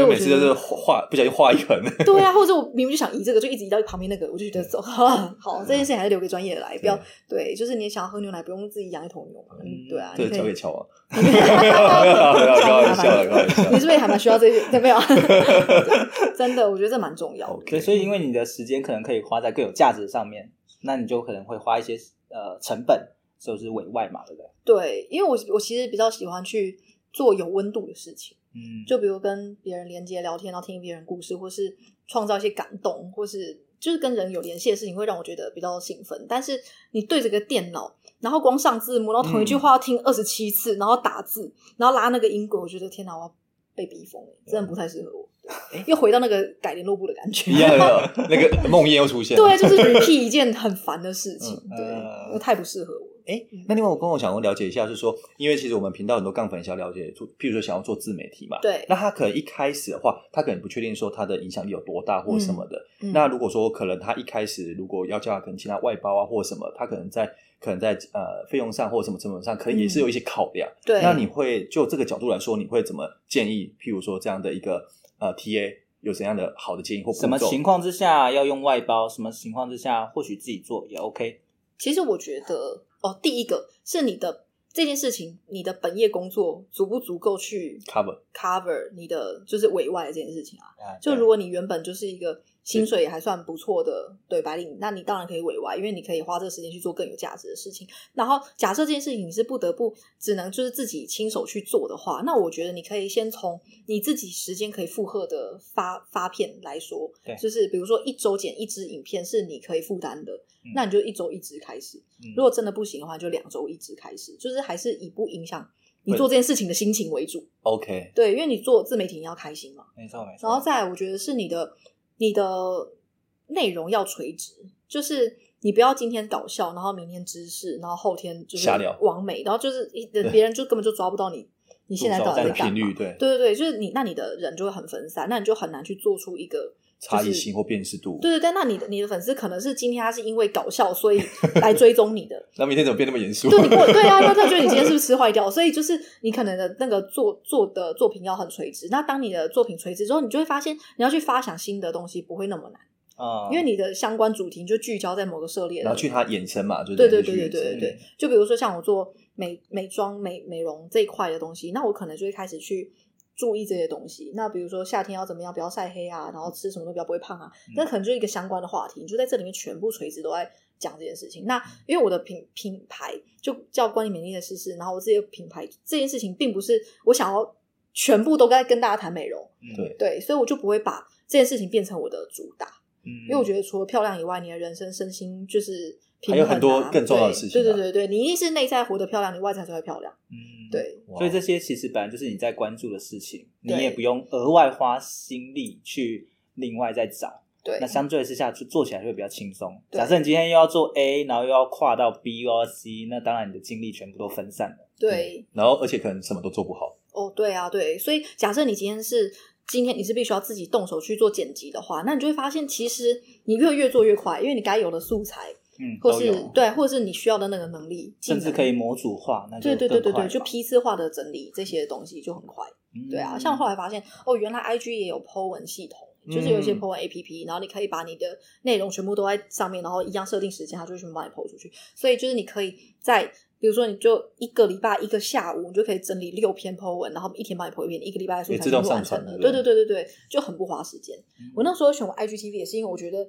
因以为我每次觉都是得画不小心画一横，对啊，或者我明明就想移这个，就一直移到旁边那个，我就觉得走 *laughs* 好，这件事情还是留给专业的 *laughs* 来，不要对，就是你想要喝牛奶，不用自己养一头牛嘛，嗯嗯对啊， *laughs* 对，你可交给以，乔王，你可以没有啦没有啦没有啦，开玩笑的，开玩笑 *laughs* 你 *laughs* 的。是不是也还蛮需要这些？对，没有， *laughs* 对真的，我觉得这蛮重要的。对，所以因为嗯你的时间可能可以花在更有价值上面，那你就可能会花一些呃成本，就是委外嘛，对不对？对，因为我我其实比较喜欢去做有温度的事情，嗯，就比如跟别人连接聊天，然后听别人故事，或是创造一些感动，或是就是跟人有联系的事情，会让我觉得比较兴奋。但是你对着个电脑，然后光上字幕，然后同一句嗯话要听二十七次，然后打字，然后拉那个音轨，我觉得天哪，我要被逼疯了，真的不太适合我。又回到那个改联络部的感 *laughs* 觉，一样的，那个梦魇又出现。对，就是 repeat 一件很烦的事情，对，嗯我太不适合我。哎，那另外我跟我想要了解一下，是说，因为其实我们频道很多杠粉想要了解做，譬如说想要做自媒体嘛，对那他可能一开始的话，他可能不确定说他的影响力有多大或什么的。嗯那如果说可能他一开始如果要叫他可能请他外包啊或什么，他可能在可能在呃费用上或什么成本上，可能也是有一些考量。嗯对，那你会就这个角度来说，你会怎么建议？譬如说这样的一个呃 TA 有怎样的好的建议或步骤什么情况之下要用外包，什么情况之下或许自己做也 OK。其实我觉得哦，第一个是你的这件事情，你的本业工作足不足够去 cover？ cover 你的就是委外的这件事情啊？啊就对如果你原本就是一个薪水也还算不错的对白领，那你当然可以委外，因为你可以花这个时间去做更有价值的事情。然后假设这件事情你是不得不只能就是自己亲手去做的话，那我觉得你可以先从你自己时间可以负荷的发发片来说对，就是比如说一周剪一支影片是你可以负担的，嗯那你就一周一支开始。嗯如果真的不行的话，就两周一支开始，就是还是以不影响你对做这件事情的心情为主。 OK，对，因为你做自媒体你要开心嘛。没错没错。然后再来，我觉得是你的你的内容要垂直，就是你不要今天搞笑，然后明天知识，然后后天就是瞎聊完美，然后就是 *laughs* 一别人就根本就抓不到你你现在到底的在干频嘛率。对对对对，就是你，那你的人就会很分散，那你就很难去做出一个差异性或辨识度，对对对，那你的你的粉丝可能是今天他是因为搞笑所以来追踪你的，那明天怎么变那么严肃？ *laughs* 对你过对啊，那他觉得你今天是不是吃坏掉？所以就是你可能的那个做做的作品要很垂直。那当你的作品垂直之后，你就会发现你要去发想新的东西不会那么难，嗯，因为你的相关主题你就聚焦在某个涉猎的。 *laughs* 然后去他衍生嘛，就是对对去对对对对对，就比如说像我做美美妆、美美容这一块的东西，那我可能就会开始去注意这些东西。那比如说夏天要怎么样，不要晒黑啊，然后吃什么都比较不会胖啊，那可能就是一个相关的话题，你就在这里面全部垂直都在讲这件事情。那因为我的品品牌就叫关于美丽的事事，然后我自己的品牌这件事情，并不是我想要全部都在跟大家谈美容，嗯对对，所以我就不会把这件事情变成我的主打。嗯，因为我觉得除了漂亮以外，你的人生身心就是平还有衡、啊，很多更重要的事情啊对对对对，对你一定是内在活得漂亮，你外在才会漂亮。嗯，对，哇所以这些其实本来就是你在关注的事情，你对也不用额外花心力去另外再找。对，那相对之下，就做起来就会比较轻松。对假设你今天又要做 A，然后又要跨到 B 又要 C，那当然你的精力全部都分散了。对然后而且可能什么都做不好，哦，对啊，对，所以假设你今天是今天你是必须要自己动手去做剪辑的话，那你就会发现，其实你越越做越快，因为你该有的素材，嗯，或都是有，对，或是你需要的那个能力，技甚能至可以。模组化，那就对对对对更快对，了就批次化的整理这些东西就很快。嗯对啊，像后来发现哦，原来 IG 也有 Po 文系统，就是有一嗯些 Po 文 APP，、然后你可以把你的内容全部都在上面，然后一样设定时间，它就会全部帮你 Po 出去。所以就是你可以在，比如说你就一个礼拜一个下午，你就可以整理六篇 Po 文，然后一天帮你 Po 一篇，一个礼拜的素材也自动全部完上传成了。对对不对对对对对，就很不花时间。嗯我那时候选我 IGTV 也是因为我觉得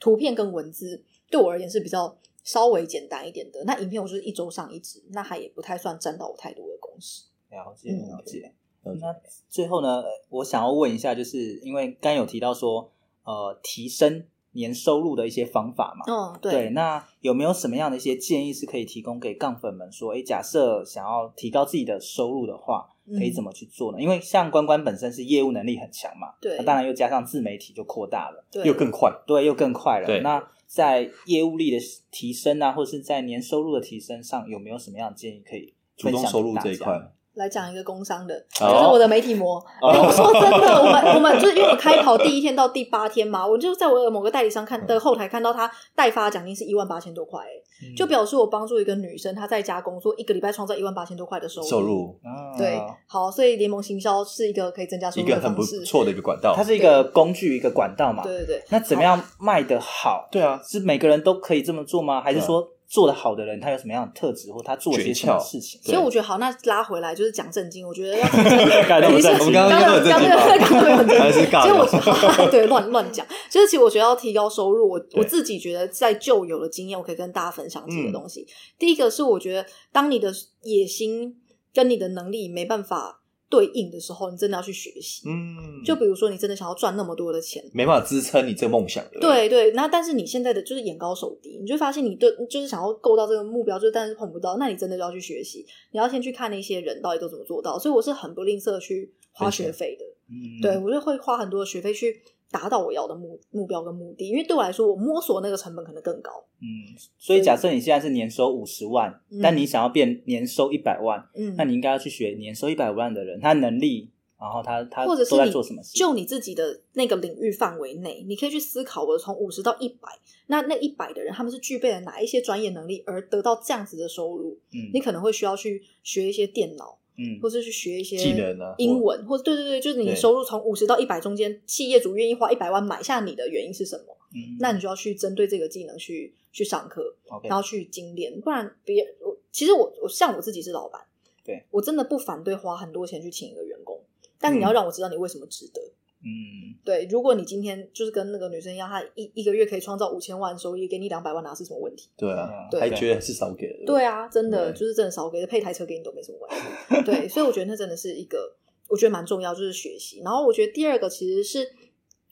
图片跟文字对我而言是比较稍微简单一点的。那影片我就是一周上一支，那还也不太算占到我太多的工哦时。了解嗯了解。嗯那最后呢，呃我想要问一下，就是因为刚有提到说，呃，提升年收入的一些方法嘛，嗯，对，那有没有什么样的一些建议是可以提供给杠粉们说，诶，假设想要提高自己的收入的话，可以嗯怎么去做呢？因为像关关本身是业务能力很强嘛，对那当然又加上自媒体就扩大了，对又更快。对，又更快了。对那在业务力的提升啊，或是在年收入的提升上，有没有什么样的建议可以主分享动给收入大这一家块，来讲一个工商的，就好是我的媒体膜。哦哎我说真的，我们我们就是因为我开跑第一天到第八天嘛，我就在我的某个代理商嗯看的后台看到他代发奖金是一万八千多块，哎嗯就表示我帮助一个女生，她在家工作一个礼拜创造一万八千多块的收入。收入嗯啊对，好，所以联盟行销是一个可以增加收一入个的很方不式。错的一个管道它。是一个工具，一个管道嘛。对对对，那怎么样卖得好？对啊，是每个人都可以这么做吗？还是对啊说做得好的人他有什么样的特质，或他做了些什么事情？诀所以我觉得好，那拉回来就是讲正经，我觉得要感觉提升我 *laughs* 们刚刚刚就很正经吧刚刚刚很正经还是尬其实聊我 *laughs* 对乱乱讲，就是其实我觉得要提高收入，我对我自己觉得在旧有的经验，我可以跟大家分享几嗯个东西。第一个是我觉得，当你的野心跟你的能力没办法对应的时候，你真的要去学习。嗯，就比如说，你真的想要赚那么多的钱，没办法支撑你这个梦想的。对对，那但是你现在的就是眼高手低，你就会发现你对就是想要够到这个目标，就是但是碰不到，那你真的就要去学习，你要先去看那些人到底都怎么做到。所以我是很不吝啬去花分享学费的，嗯对我就会花很多的学费去达到我要的目目标跟目的，因为对我来说，我摸索那个成本可能更高。嗯，所以假设你现在是年收五十万，嗯但你想要变年收一百万，嗯，那你应该要去学年收一百万的人，他能力，然后他他或者是都在你做什么事，就你自己的那个领域范围内，你可以去思考，我从五十到一百，那那一百的人他们是具备了哪一些专业能力，而得到这样子的收入？嗯你可能会需要去学一些电脑，嗯或是去学一些技能啊英文，或者对对对，就是你对收入从五十到一百中间，企业主愿意花一百万买下你的原因是什么？嗯，那你就要去针对这个技能去去上课， OK 然后去精炼，不然别我其实我我像我自己是老板，对我真的不反对花很多钱去请一个员工，但你要让我知道你为什么值得。嗯对，如果你今天就是跟那个女生一样，她一一个月可以创造五千万收益，给你两百万拿是什么问题？对啊，对还觉得是少给的，对啊，真的对就是真的少给的配台车给你都没什么关系。对，所以我觉得那真的是一个，我觉得蛮重要，就是学习。然后我觉得第二个其实是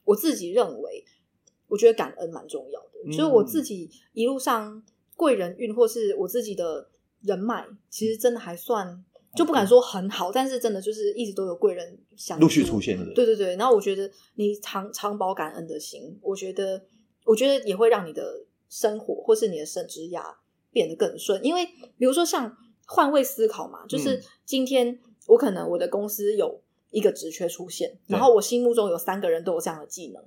我自己认为，我觉得感恩蛮重要的，就是我嗯自己一路上贵人运或是我自己的人脉，其实真的还算。就不敢说很好，但是真的就是一直都有贵人相嗯陆续助出现的，对对对，然后我觉得你常常保感恩的心，我觉得我觉得也会让你的生活或是你的生职涯变得更顺，因为比如说像换位思考嘛，就是嗯今天我可能我的公司有一个职缺出现，然对后我心目中有三个人都有这样的技能，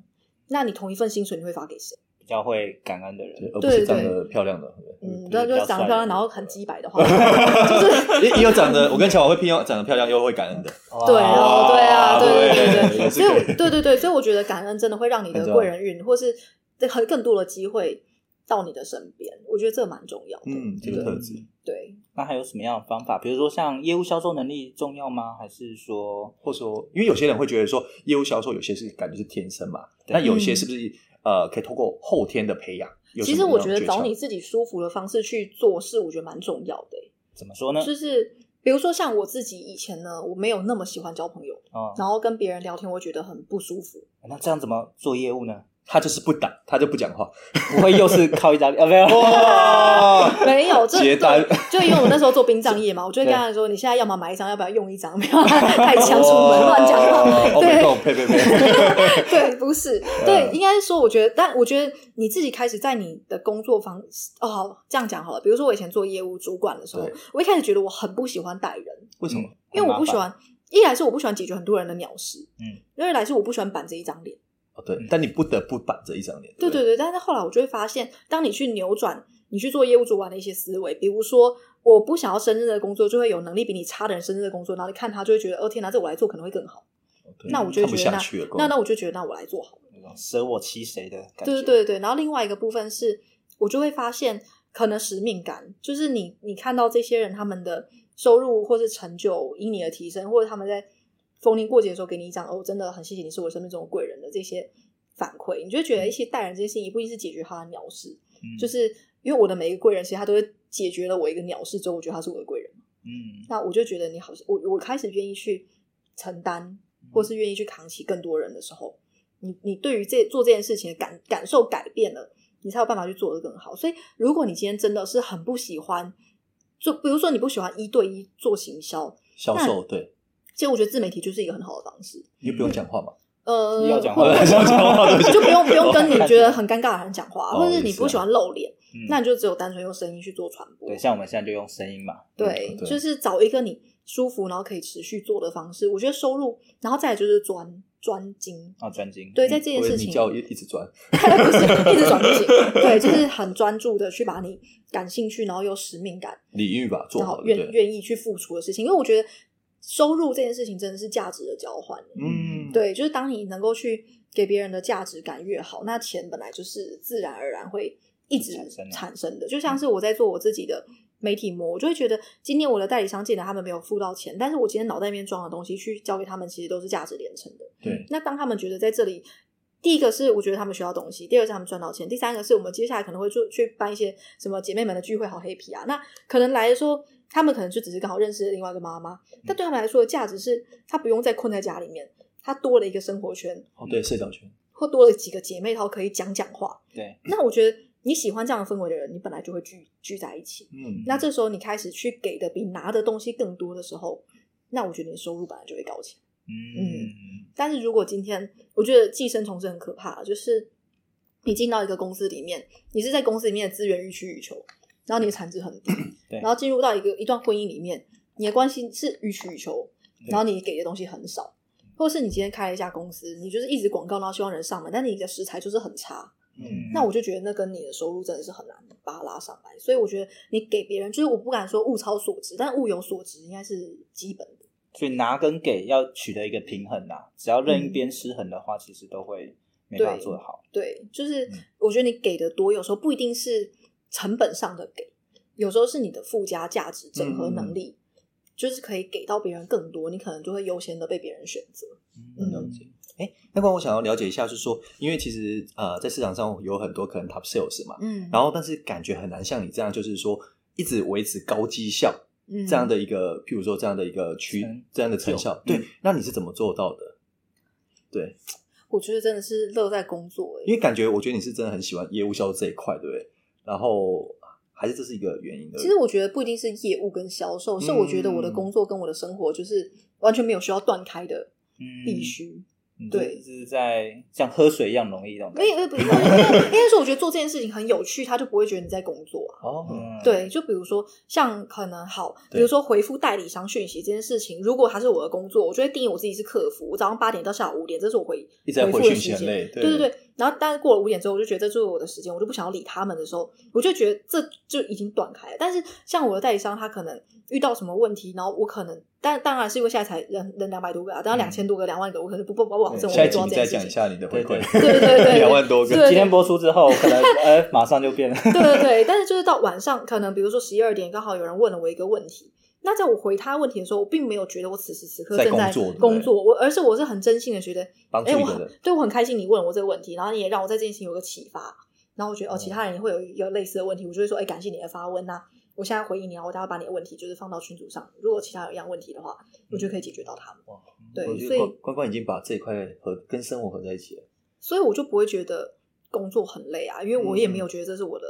那你同一份薪水你会发给谁？比较会感恩的对，人，而不是对对长得漂亮的，嗯，对对，就是长得漂亮，然后很 *laughs* 鸡白的话，就是嗯 *laughs* 也也有长得，我跟乔宝会偏长得漂亮又会感恩的，对哦，对啊，对对对对对所以这个我对对对，所以我觉得感恩真的会让你很的重贵要人运，或是很更多的机会到你的身边，我觉得这蛮重要的。嗯，这个对特质。对，那还有什么样的方法？比如说像业务销售能力重要吗？还是说或者说，因为有些人会觉得说，业务销售有些是感觉是天生嘛，那有些是不是、呃可以通过后天的培养？有什其实么我样觉的得诀找窍你自己舒服的方式去做事，我觉得蛮重要的欸、怎么嗯说呢？就是比如说像我自己以前呢，我没有那么喜欢交朋友，哦，然后跟别人聊天，我觉得很不舒服。那这样怎么做业务呢？ *laughs* 他就是不打，他就不讲话，不会又是靠一张啊？没有，哇，没有，这结单这就因为我那时候做殡葬 *laughs* 业嘛，我就会跟他说，你现在要么买一张，要不要用一张？没 *laughs* 有，啊太强出门乱讲话。哦，对哦呸呸呸， *laughs* 对，不是，对，应该说，我觉得，但我觉得你自己开始在你的工作方哦，好这样讲好了。比如说，我以前做业务主管的时候对，我一开始觉得我很不喜欢带人，为什么？因为我不喜欢，一来是我不喜欢解决很多人的鸟事，嗯，二来是我不喜欢板着一张脸。哦，对，但你不得不板着一张脸，对不对对，但是后来我就会发现，当你去扭转你去做业务主管的一些思维，比如说。我不想要胜任的工作，就会有能力比你差的人胜任的工作，然后你看他就会觉得，哦天哪，这我来做可能会更好。对那我就看不会觉下得去了，那那那我就觉得，那我来做好了。舍我其谁的感觉？对对对对，然后另外一个部分是，我就会发现可能使命感，就是你你看到这些人他们的收入或是成就因你的提升，或者他们在逢年过节的时候给你一张哦，真的很谢谢你是我生命中的贵人的这些反馈，你就会觉得一些待人这件事情也不一定是解决他的鸟事，嗯，就是因为我的每一个贵人其实他都会解决了我一个鸟事之后，我觉得他是我的贵人，嗯那我就觉得你好像我我开始愿意去承担，或是愿意去扛起更多人的时候，你你对于这做这件事情的感感受改变了，你才有办法去做得更好。所以，如果你今天真的是很不喜欢，就比如说你不喜欢一对一做行销，销售对，其实我觉得自媒体就是一个很好的方式。你就不用讲话嘛，呃，要讲话或不用讲话，对不起就不用不用跟你觉得很尴尬的人讲话，哦或者是你也是啊不喜欢露脸，嗯那你就只有单纯用声音去做传播。对，像我们现在就用声音嘛，嗯对，嗯对就是找一个你舒服，然后可以持续做的方式。我觉得收入，然后再来就是专专精。哦啊，专精。对，嗯在这因件为事你情，叫我一一直转，不是一直转不 *laughs* 行。对，就是很专注的去把你感兴趣，然后有使命感，李玉吧做然好后了，愿对，愿意去付出的事情。因为我觉得收入这件事情真的是价值的交换。欸嗯，对，就是当你能够去给别人的价值感越好，那钱本来就是自然而然会一直产生的啊嗯产生的。就像是我在做我自己的媒体模，我就会觉得今天我的代理商进来，他们没有付到钱，但是我今天脑袋里面装的东西去交给他们，其实都是价值连城的。对，那当他们觉得在这里。第一个是我觉得他们学到东西，第二个是他们赚到钱，第三个是我们接下来可能会去去办一些什么姐妹们的聚会，好 happy 啊。那可能来的时候，他们可能就只是刚好认识了另外一个妈妈，但对他们来说的价值是，他不用再困在家里面，他多了一个生活圈，哦对，社交圈，或多了几个姐妹淘可以讲讲话。对，那我觉得你喜欢这样的氛围的人，你本来就会聚聚在一起。嗯，那这时候你开始去给的比拿的东西更多的时候，那我觉得你的收入本来就会高起来。嗯，但是如果今天，我觉得寄生虫是很可怕的，就是你进到一个公司里面，你是在公司里面的资源予取予求，然后你的产值很低对，然后进入到一个一段婚姻里面，你的关系是予取予求，然后你给的东西很少，或是你今天开了一家公司，你就是一直广告，然后希望人上门，但你的食材就是很差，嗯那我就觉得那跟你的收入真的是很难把它拉上来。所以我觉得你给别人，就是我不敢说物超所值，但物有所值应该是基本的。所以拿跟给要取得一个平衡呐、只要任一边失衡的话，其实都会没办法嗯对做得好。对，就是嗯我觉得你给的多，有时候不一定是成本上的给，有时候是你的附加价值整合嗯能力，就是可以给到别人更多，你可能就会优先的被别人选择。嗯，了解。哎，那关我想要了解一下，是说，因为其实呃，在市场上有很多可能 top sales 嘛，嗯然后但是感觉很难像你这样，就是说一直维持高绩效嗯这样的一个，譬如说这样的一个区成这样的成效，就嗯对，那你是怎么做到的？对，我觉得真的是乐在工作、欸，因为感觉我觉得你是真的很喜欢业务销售这一块，对不对？然后还是这是一个原因的。其实我觉得不一定是业务跟销售，是嗯我觉得我的工作跟我的生活就是完全没有需要断开的嗯必须。嗯对就是在像喝水一样容易那种感没觉。有，不是，因为应该说，我觉得做这件事情很有趣，他就不会觉得你在工作啊。哦，嗯，对，就比如说像可能好，比如说回复代理商讯息这件事情，如果它是我的工作，我就会定义我自己是客服，我早上八点到下午五点，这是我回一直在回复回的讯时息很间。累，对对对，然后但是过了五点之后，我就觉得这就是我的时间，我就不想要理他们的时候，我就觉得这就已经断开了。但是像我的代理商，他可能遇到什么问题，然后我可能，但当然是因为现在才人人两百多个啊，当然两千多个、两万个，我可能不不不保证嗯我下一会集做到你这再件事讲一情。下你的回馈，对对对对两万多个，对今天播出之后， *laughs* 可能哎，马上就 *laughs* 变了。对对对，但是就是到晚上，可能比如说十一二点，刚好有人问了我一个问题。那在我回他问题的时候，我并没有觉得我此时此刻在正工在作对不对工作，我而是我是很真心的觉得，帮助哎、我一个很人，对我很开心你问我这个问题，然后你也让我在这件事情有个启发，然后我觉得嗯哦，其他人也会有有类似的问题，我就会说，哎、感谢你的发问呐、我现在回应你，然后我待会把你的问题就是放到群组上，如果其他人有一样问题的话，我就可以解决到他们。对嗯我觉所得以关关关已经把这一块和跟生活合在一起了。所以我就不会觉得工作很累啊，因为我也没有觉得这是我的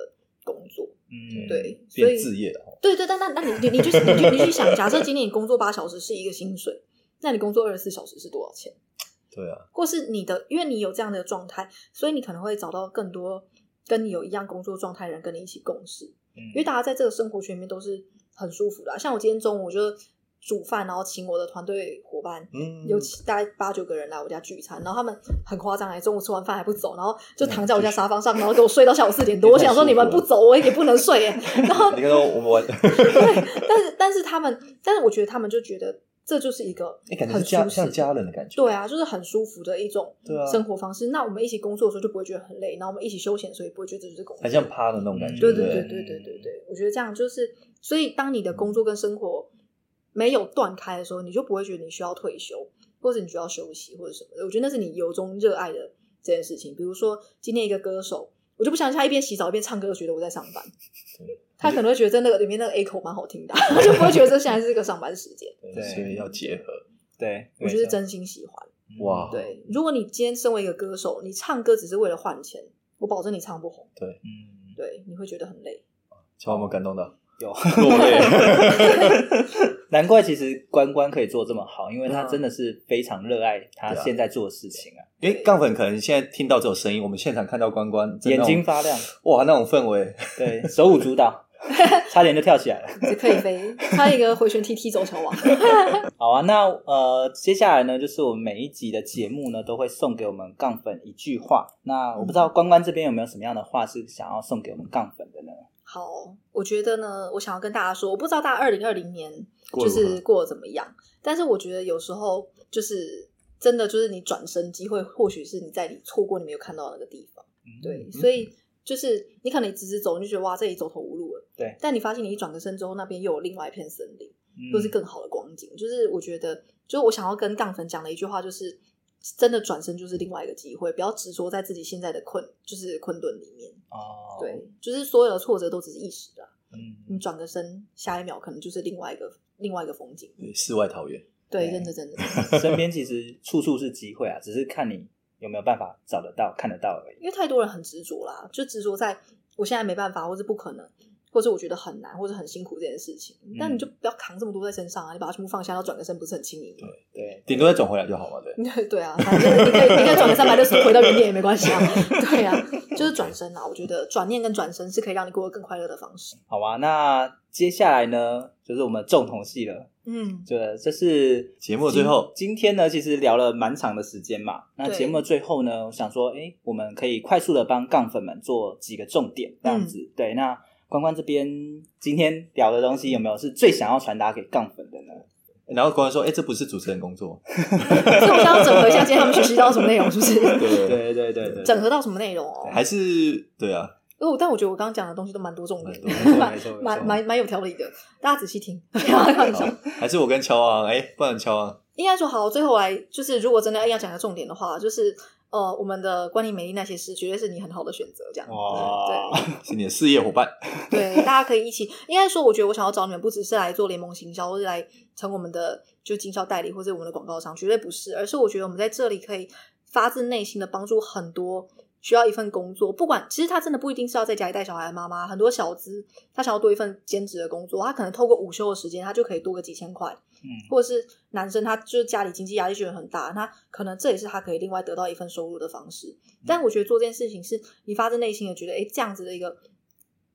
工作。嗯，对所变以置业了。哦对对，但但那你你你就是你就你去想，假设今天你工作八小时是一个薪水，那你工作二十四小时是多少钱？对啊，或是你的，因为你有这样的状态，所以你可能会找到更多跟你有一样工作状态的人跟你一起共事，嗯因为大家在这个生活圈里面都是很舒服的啊、像我今天中午我就煮饭，然后请我的团队伙伴。嗯，有七大概八九个人来我家聚餐，然后他们很夸张哎，中午吃完饭还不走，然后就躺在我家沙发上，然后给我睡到下午四点多。我想说你们不走，我也不能睡哎。 *laughs* 然后你看到我们 *laughs* 哎玩，对，但是但是他们，但是我觉得他们就觉得这就是一个哎，感觉很是舒家适像家人的感觉。对，啊，就是很舒服的一种对啊生活方式。那我们一起工作的时候就不会觉得很累，然后我们一起休闲，的时候也不会觉得这就是工作。很像趴的那种感觉。嗯对对对对不对对对对，我觉得这样就是，所以当你的工作跟生活没有断开的时候，你就不会觉得你需要退休，或者你需要休息或者什么的。我觉得那是你由衷热爱的这件事情。比如说今天一个歌手，我就不相信他一边洗澡一边唱歌，觉得我在上班。他可能会觉得在那个里面那个 A 口蛮好听的，他就不会觉得这现在是一个上班时间。对对所以要结合。对，嗯哦我觉得真心喜欢。哇对，如果你今天身为一个歌手，你唱歌只是为了换钱，我保证你唱不红。嗯，对，你会觉得很累。乔，我们感动到有。落泪。 *laughs* 难怪其实关关可以做这么好，因为他对啊真的是非常热爱他对啊现在做的事情啊，因为哎杠粉可能现在听到这种声音，我们现场看到关关眼睛发亮，哇，那种氛围，对手舞足蹈，差点就跳起来了。只可以飞，他一个回旋踢踢走球王。好啊，那呃，接下来呢，就是我们每一集的节目呢，都会送给我们杠粉一句话。那我不知道关关这边有没有什么样的话是想要送给我们杠粉的呢？ *laughs* 好，我觉得呢，我想要跟大家说，我不知道大家二零二零年过就得如何是过得怎么样，但是我觉得有时候就是真的就是你转身机会，或许是你在你错过你没有看到的那个地方。嗯对，所以就是你可能直直走，你就觉得哇，这里走投无路了。对，但你发现你一转个身之后，那边又有另外一片森林。嗯或是更好的光景。就是我觉得，就是我想要跟杠粉讲的一句话，就是真的转身就是另外一个机会，不要执着在自己现在的困，就是困顿里面。哦，对，就是所有的挫折都只是一时的啊，嗯，你转个身，下一秒可能就是另外一个另外一个风景。对世外桃源。对，对认真真 *laughs* 的，身边其实处处是机会啊，只是看你有没有办法找得到、看得到而已。因为太多人很执着啦，就执着在我现在没办法，或是不可能。或者我觉得很难或者很辛苦这件事情，但嗯你就不要扛这么多在身上啊，你把它全部放下，然后转个身，不是很轻盈吗？对，顶多再转回来就好了，对。 *laughs* 对啊，反正你可以你可以转个三百六十度回到原点也没关系啊。对啊，就是转身啊，我觉得转念跟转身是可以让你过得更快乐的方式。好啊，那接下来呢，就是我们重头戏了。嗯，对，这是节目的最后今今天呢，其实聊了蛮长的时间嘛。那对节目的最后呢，我想说，哎，我们可以快速的帮杠粉们做几个重嗯点，这样子。对，那关关这边今天聊的东西有没有是最想要传达给杠粉的呢？然后官员说：“哎，这不是主持人工作。所以我们要整合一下今天他们学习到什么内容，是不是？ *laughs* 对”对对对对对，整合到什么内容哦对，？还是对啊，哦，但我觉得我刚刚讲的东西都蛮多重点的蛮多没，错 *laughs* 蛮没错没错蛮蛮蛮有条理的，大家仔细听。 *laughs* *laughs* 开玩笑，还是我跟乔昂，哎，不然乔昂，应该说好，最后来就是，如果真的要讲个重点的话，就是呃，我们的关于美丽那些事，绝对是你很好的选择，这样。哇，是你的事业伙伴，对，大家可以一起。应该说，我觉得我想要找你们，不只是来做联盟行销，或者来成我们的就经销代理，或者我们的广告商，绝对不是，而是我觉得我们在这里可以发自内心的帮助很多需要一份工作，不管其实他真的不一定是要在家里带小孩的妈妈，很多小资他想要多一份兼职的工作，他可能透过午休的时间，他就可以多个几千块。嗯，或者是男生他就是家里经济压力觉得很大，那可能这也是他可以另外得到一份收入的方式。但我觉得做这件事情是你发自内心的觉得，哎、这样子的一个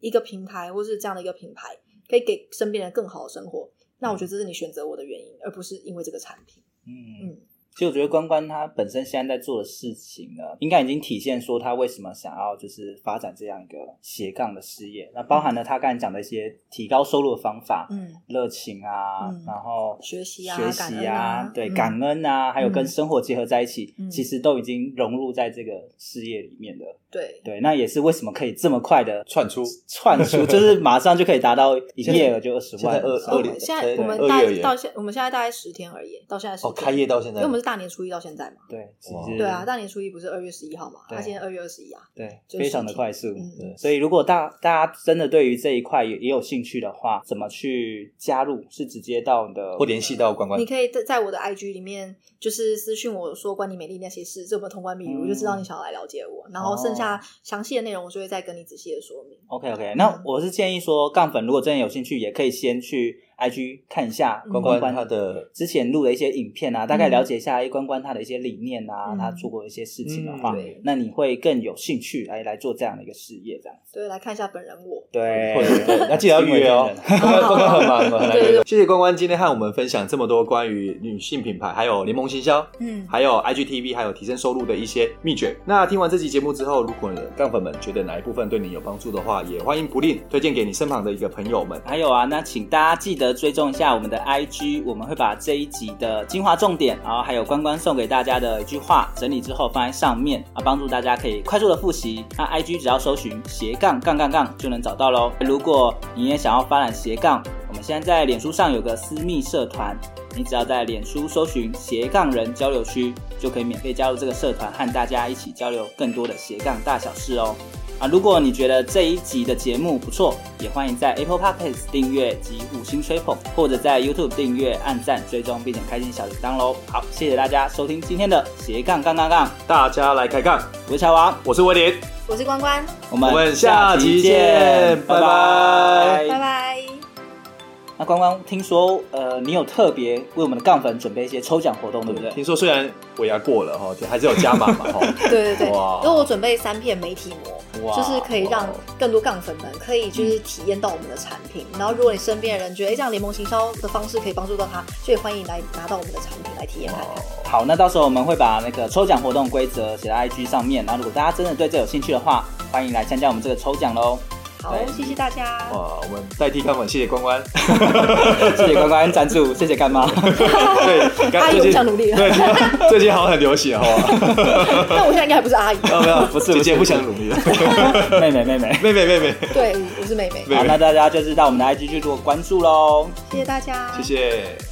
一个平台，或是这样的一个品牌，可以给身边人更好的生活。那我觉得这是你选择我的原因，而不是因为这个产品。嗯嗯，其实我觉得关关他本身现在在做的事情呢，应该已经体现说他为什么想要就是发展这样一个斜杠的事业。那包含了他刚才讲的一些提高收入的方法，嗯，热情啊，嗯然后学习啊学习感恩啊对，嗯感恩啊，还有跟生活结合在一起，嗯其实都已经融入在这个事业里面的。对，对，那也是为什么可以这么快的窜 *laughs* 出窜出，就是马上就可以达到营业额就二十现万在以上，二然后二零现在我们对大二月而已到现我们现在大概十天而已，到现在十哦，天，开业到现因在嗯为我，们是大年初一到现在嘛。对，其哇实对啊，大年初一不是二月十一号嘛？对他今天二月二十一啊。对，就是非常的快速。嗯对所以如果大大家真的对于这一块也也有兴趣的话，怎么去加入？是直接到你的或联系到关关你，可以在在我的 IG 里面，就是私信我说关你美丽那些事，这我们通关密语，嗯我就知道你想要来了解我。然后剩哦下详细的内容，我就会再跟你仔细的说明。 OK OK，那我是建议说，杠粉如果真的有兴趣，也可以先去 IG 看一下嗯关关关关关他的之前录的一些影片啊，大概了解一下哎关关他的一些理念啊，嗯他做过的一些事情的话嗯，对那你会更有兴趣哎来来做这样的一个事业，这样子。对，来看一下本人我。对或者对，那记得 *laughs* 要预约哦。关关关关很忙，很忙很难约。谢谢关关今天和我们分享这么多关于女性品牌，还有联盟行销，嗯，还有 IGTV，还有提升收入的一些秘诀。那听完这期节目之后，如果你的杠粉们觉得哪一部分对你有帮助的话，也欢迎不吝推荐给你身旁的一个朋友们。还有啊，那请大家记得追踪一下我们的 IG，我们会把这一集的精华重点，然后还有关关送给大家的一句话整理之后放在上面啊，帮助大家可以快速的复习。那 IG 只要搜寻斜杠杠杠杠就能找到喽。如果你也想要发展斜杠，我们现在在脸书上有个私密社团，你只要在脸书搜寻斜杠人交流区，就可以免费加入这个社团，和大家一起交流更多的斜杠大小事哦。啊，如果你觉得这一集的节目不错，也欢迎在 Apple Podcast 订阅及五星吹捧，或者在 YouTube 订阅、按赞、追踪，并且开启小铃铛喽。好，谢谢大家收听今天的斜杠杠杠杠，大家来开杠，我是乔王，我是威廉，我是关关，我们我们下集见拜拜拜拜。那关关，听说呃，你有特别为我们的杠粉准备一些抽奖活动，对不对？嗯听说虽然尾牙过了哈，还是有加码嘛哈。对对对，哇然后我准备三片媒体膜。哇哦嗯就是可以让更多杠粉们可以就是体验到我们的产品，然后如果你身边的人觉得哎这样联盟行销的方式可以帮助到他，就也欢迎来拿到我们的产品来体验看看。哦好，那到时候我们会把那个抽奖活动规则写在 IG 上面，然后如果大家真的对这有兴趣的话，欢迎来参加我们这个抽奖喽。好，谢谢大家，哇，我们代替杠粉，谢谢关关。谢谢关关赞助，谢谢干妈。对，阿刚最姨近我不想努力了 *laughs* 对，最近好像很流行哈。但我现在应该还不是阿姨， *laughs* 没有没有，不是，姐姐不想努力了。 *laughs* 妹妹妹妹。妹妹妹妹，对，我是妹妹，妹好，妹那大家就知道我们的 IG 去做关注喽。谢谢大家，谢谢。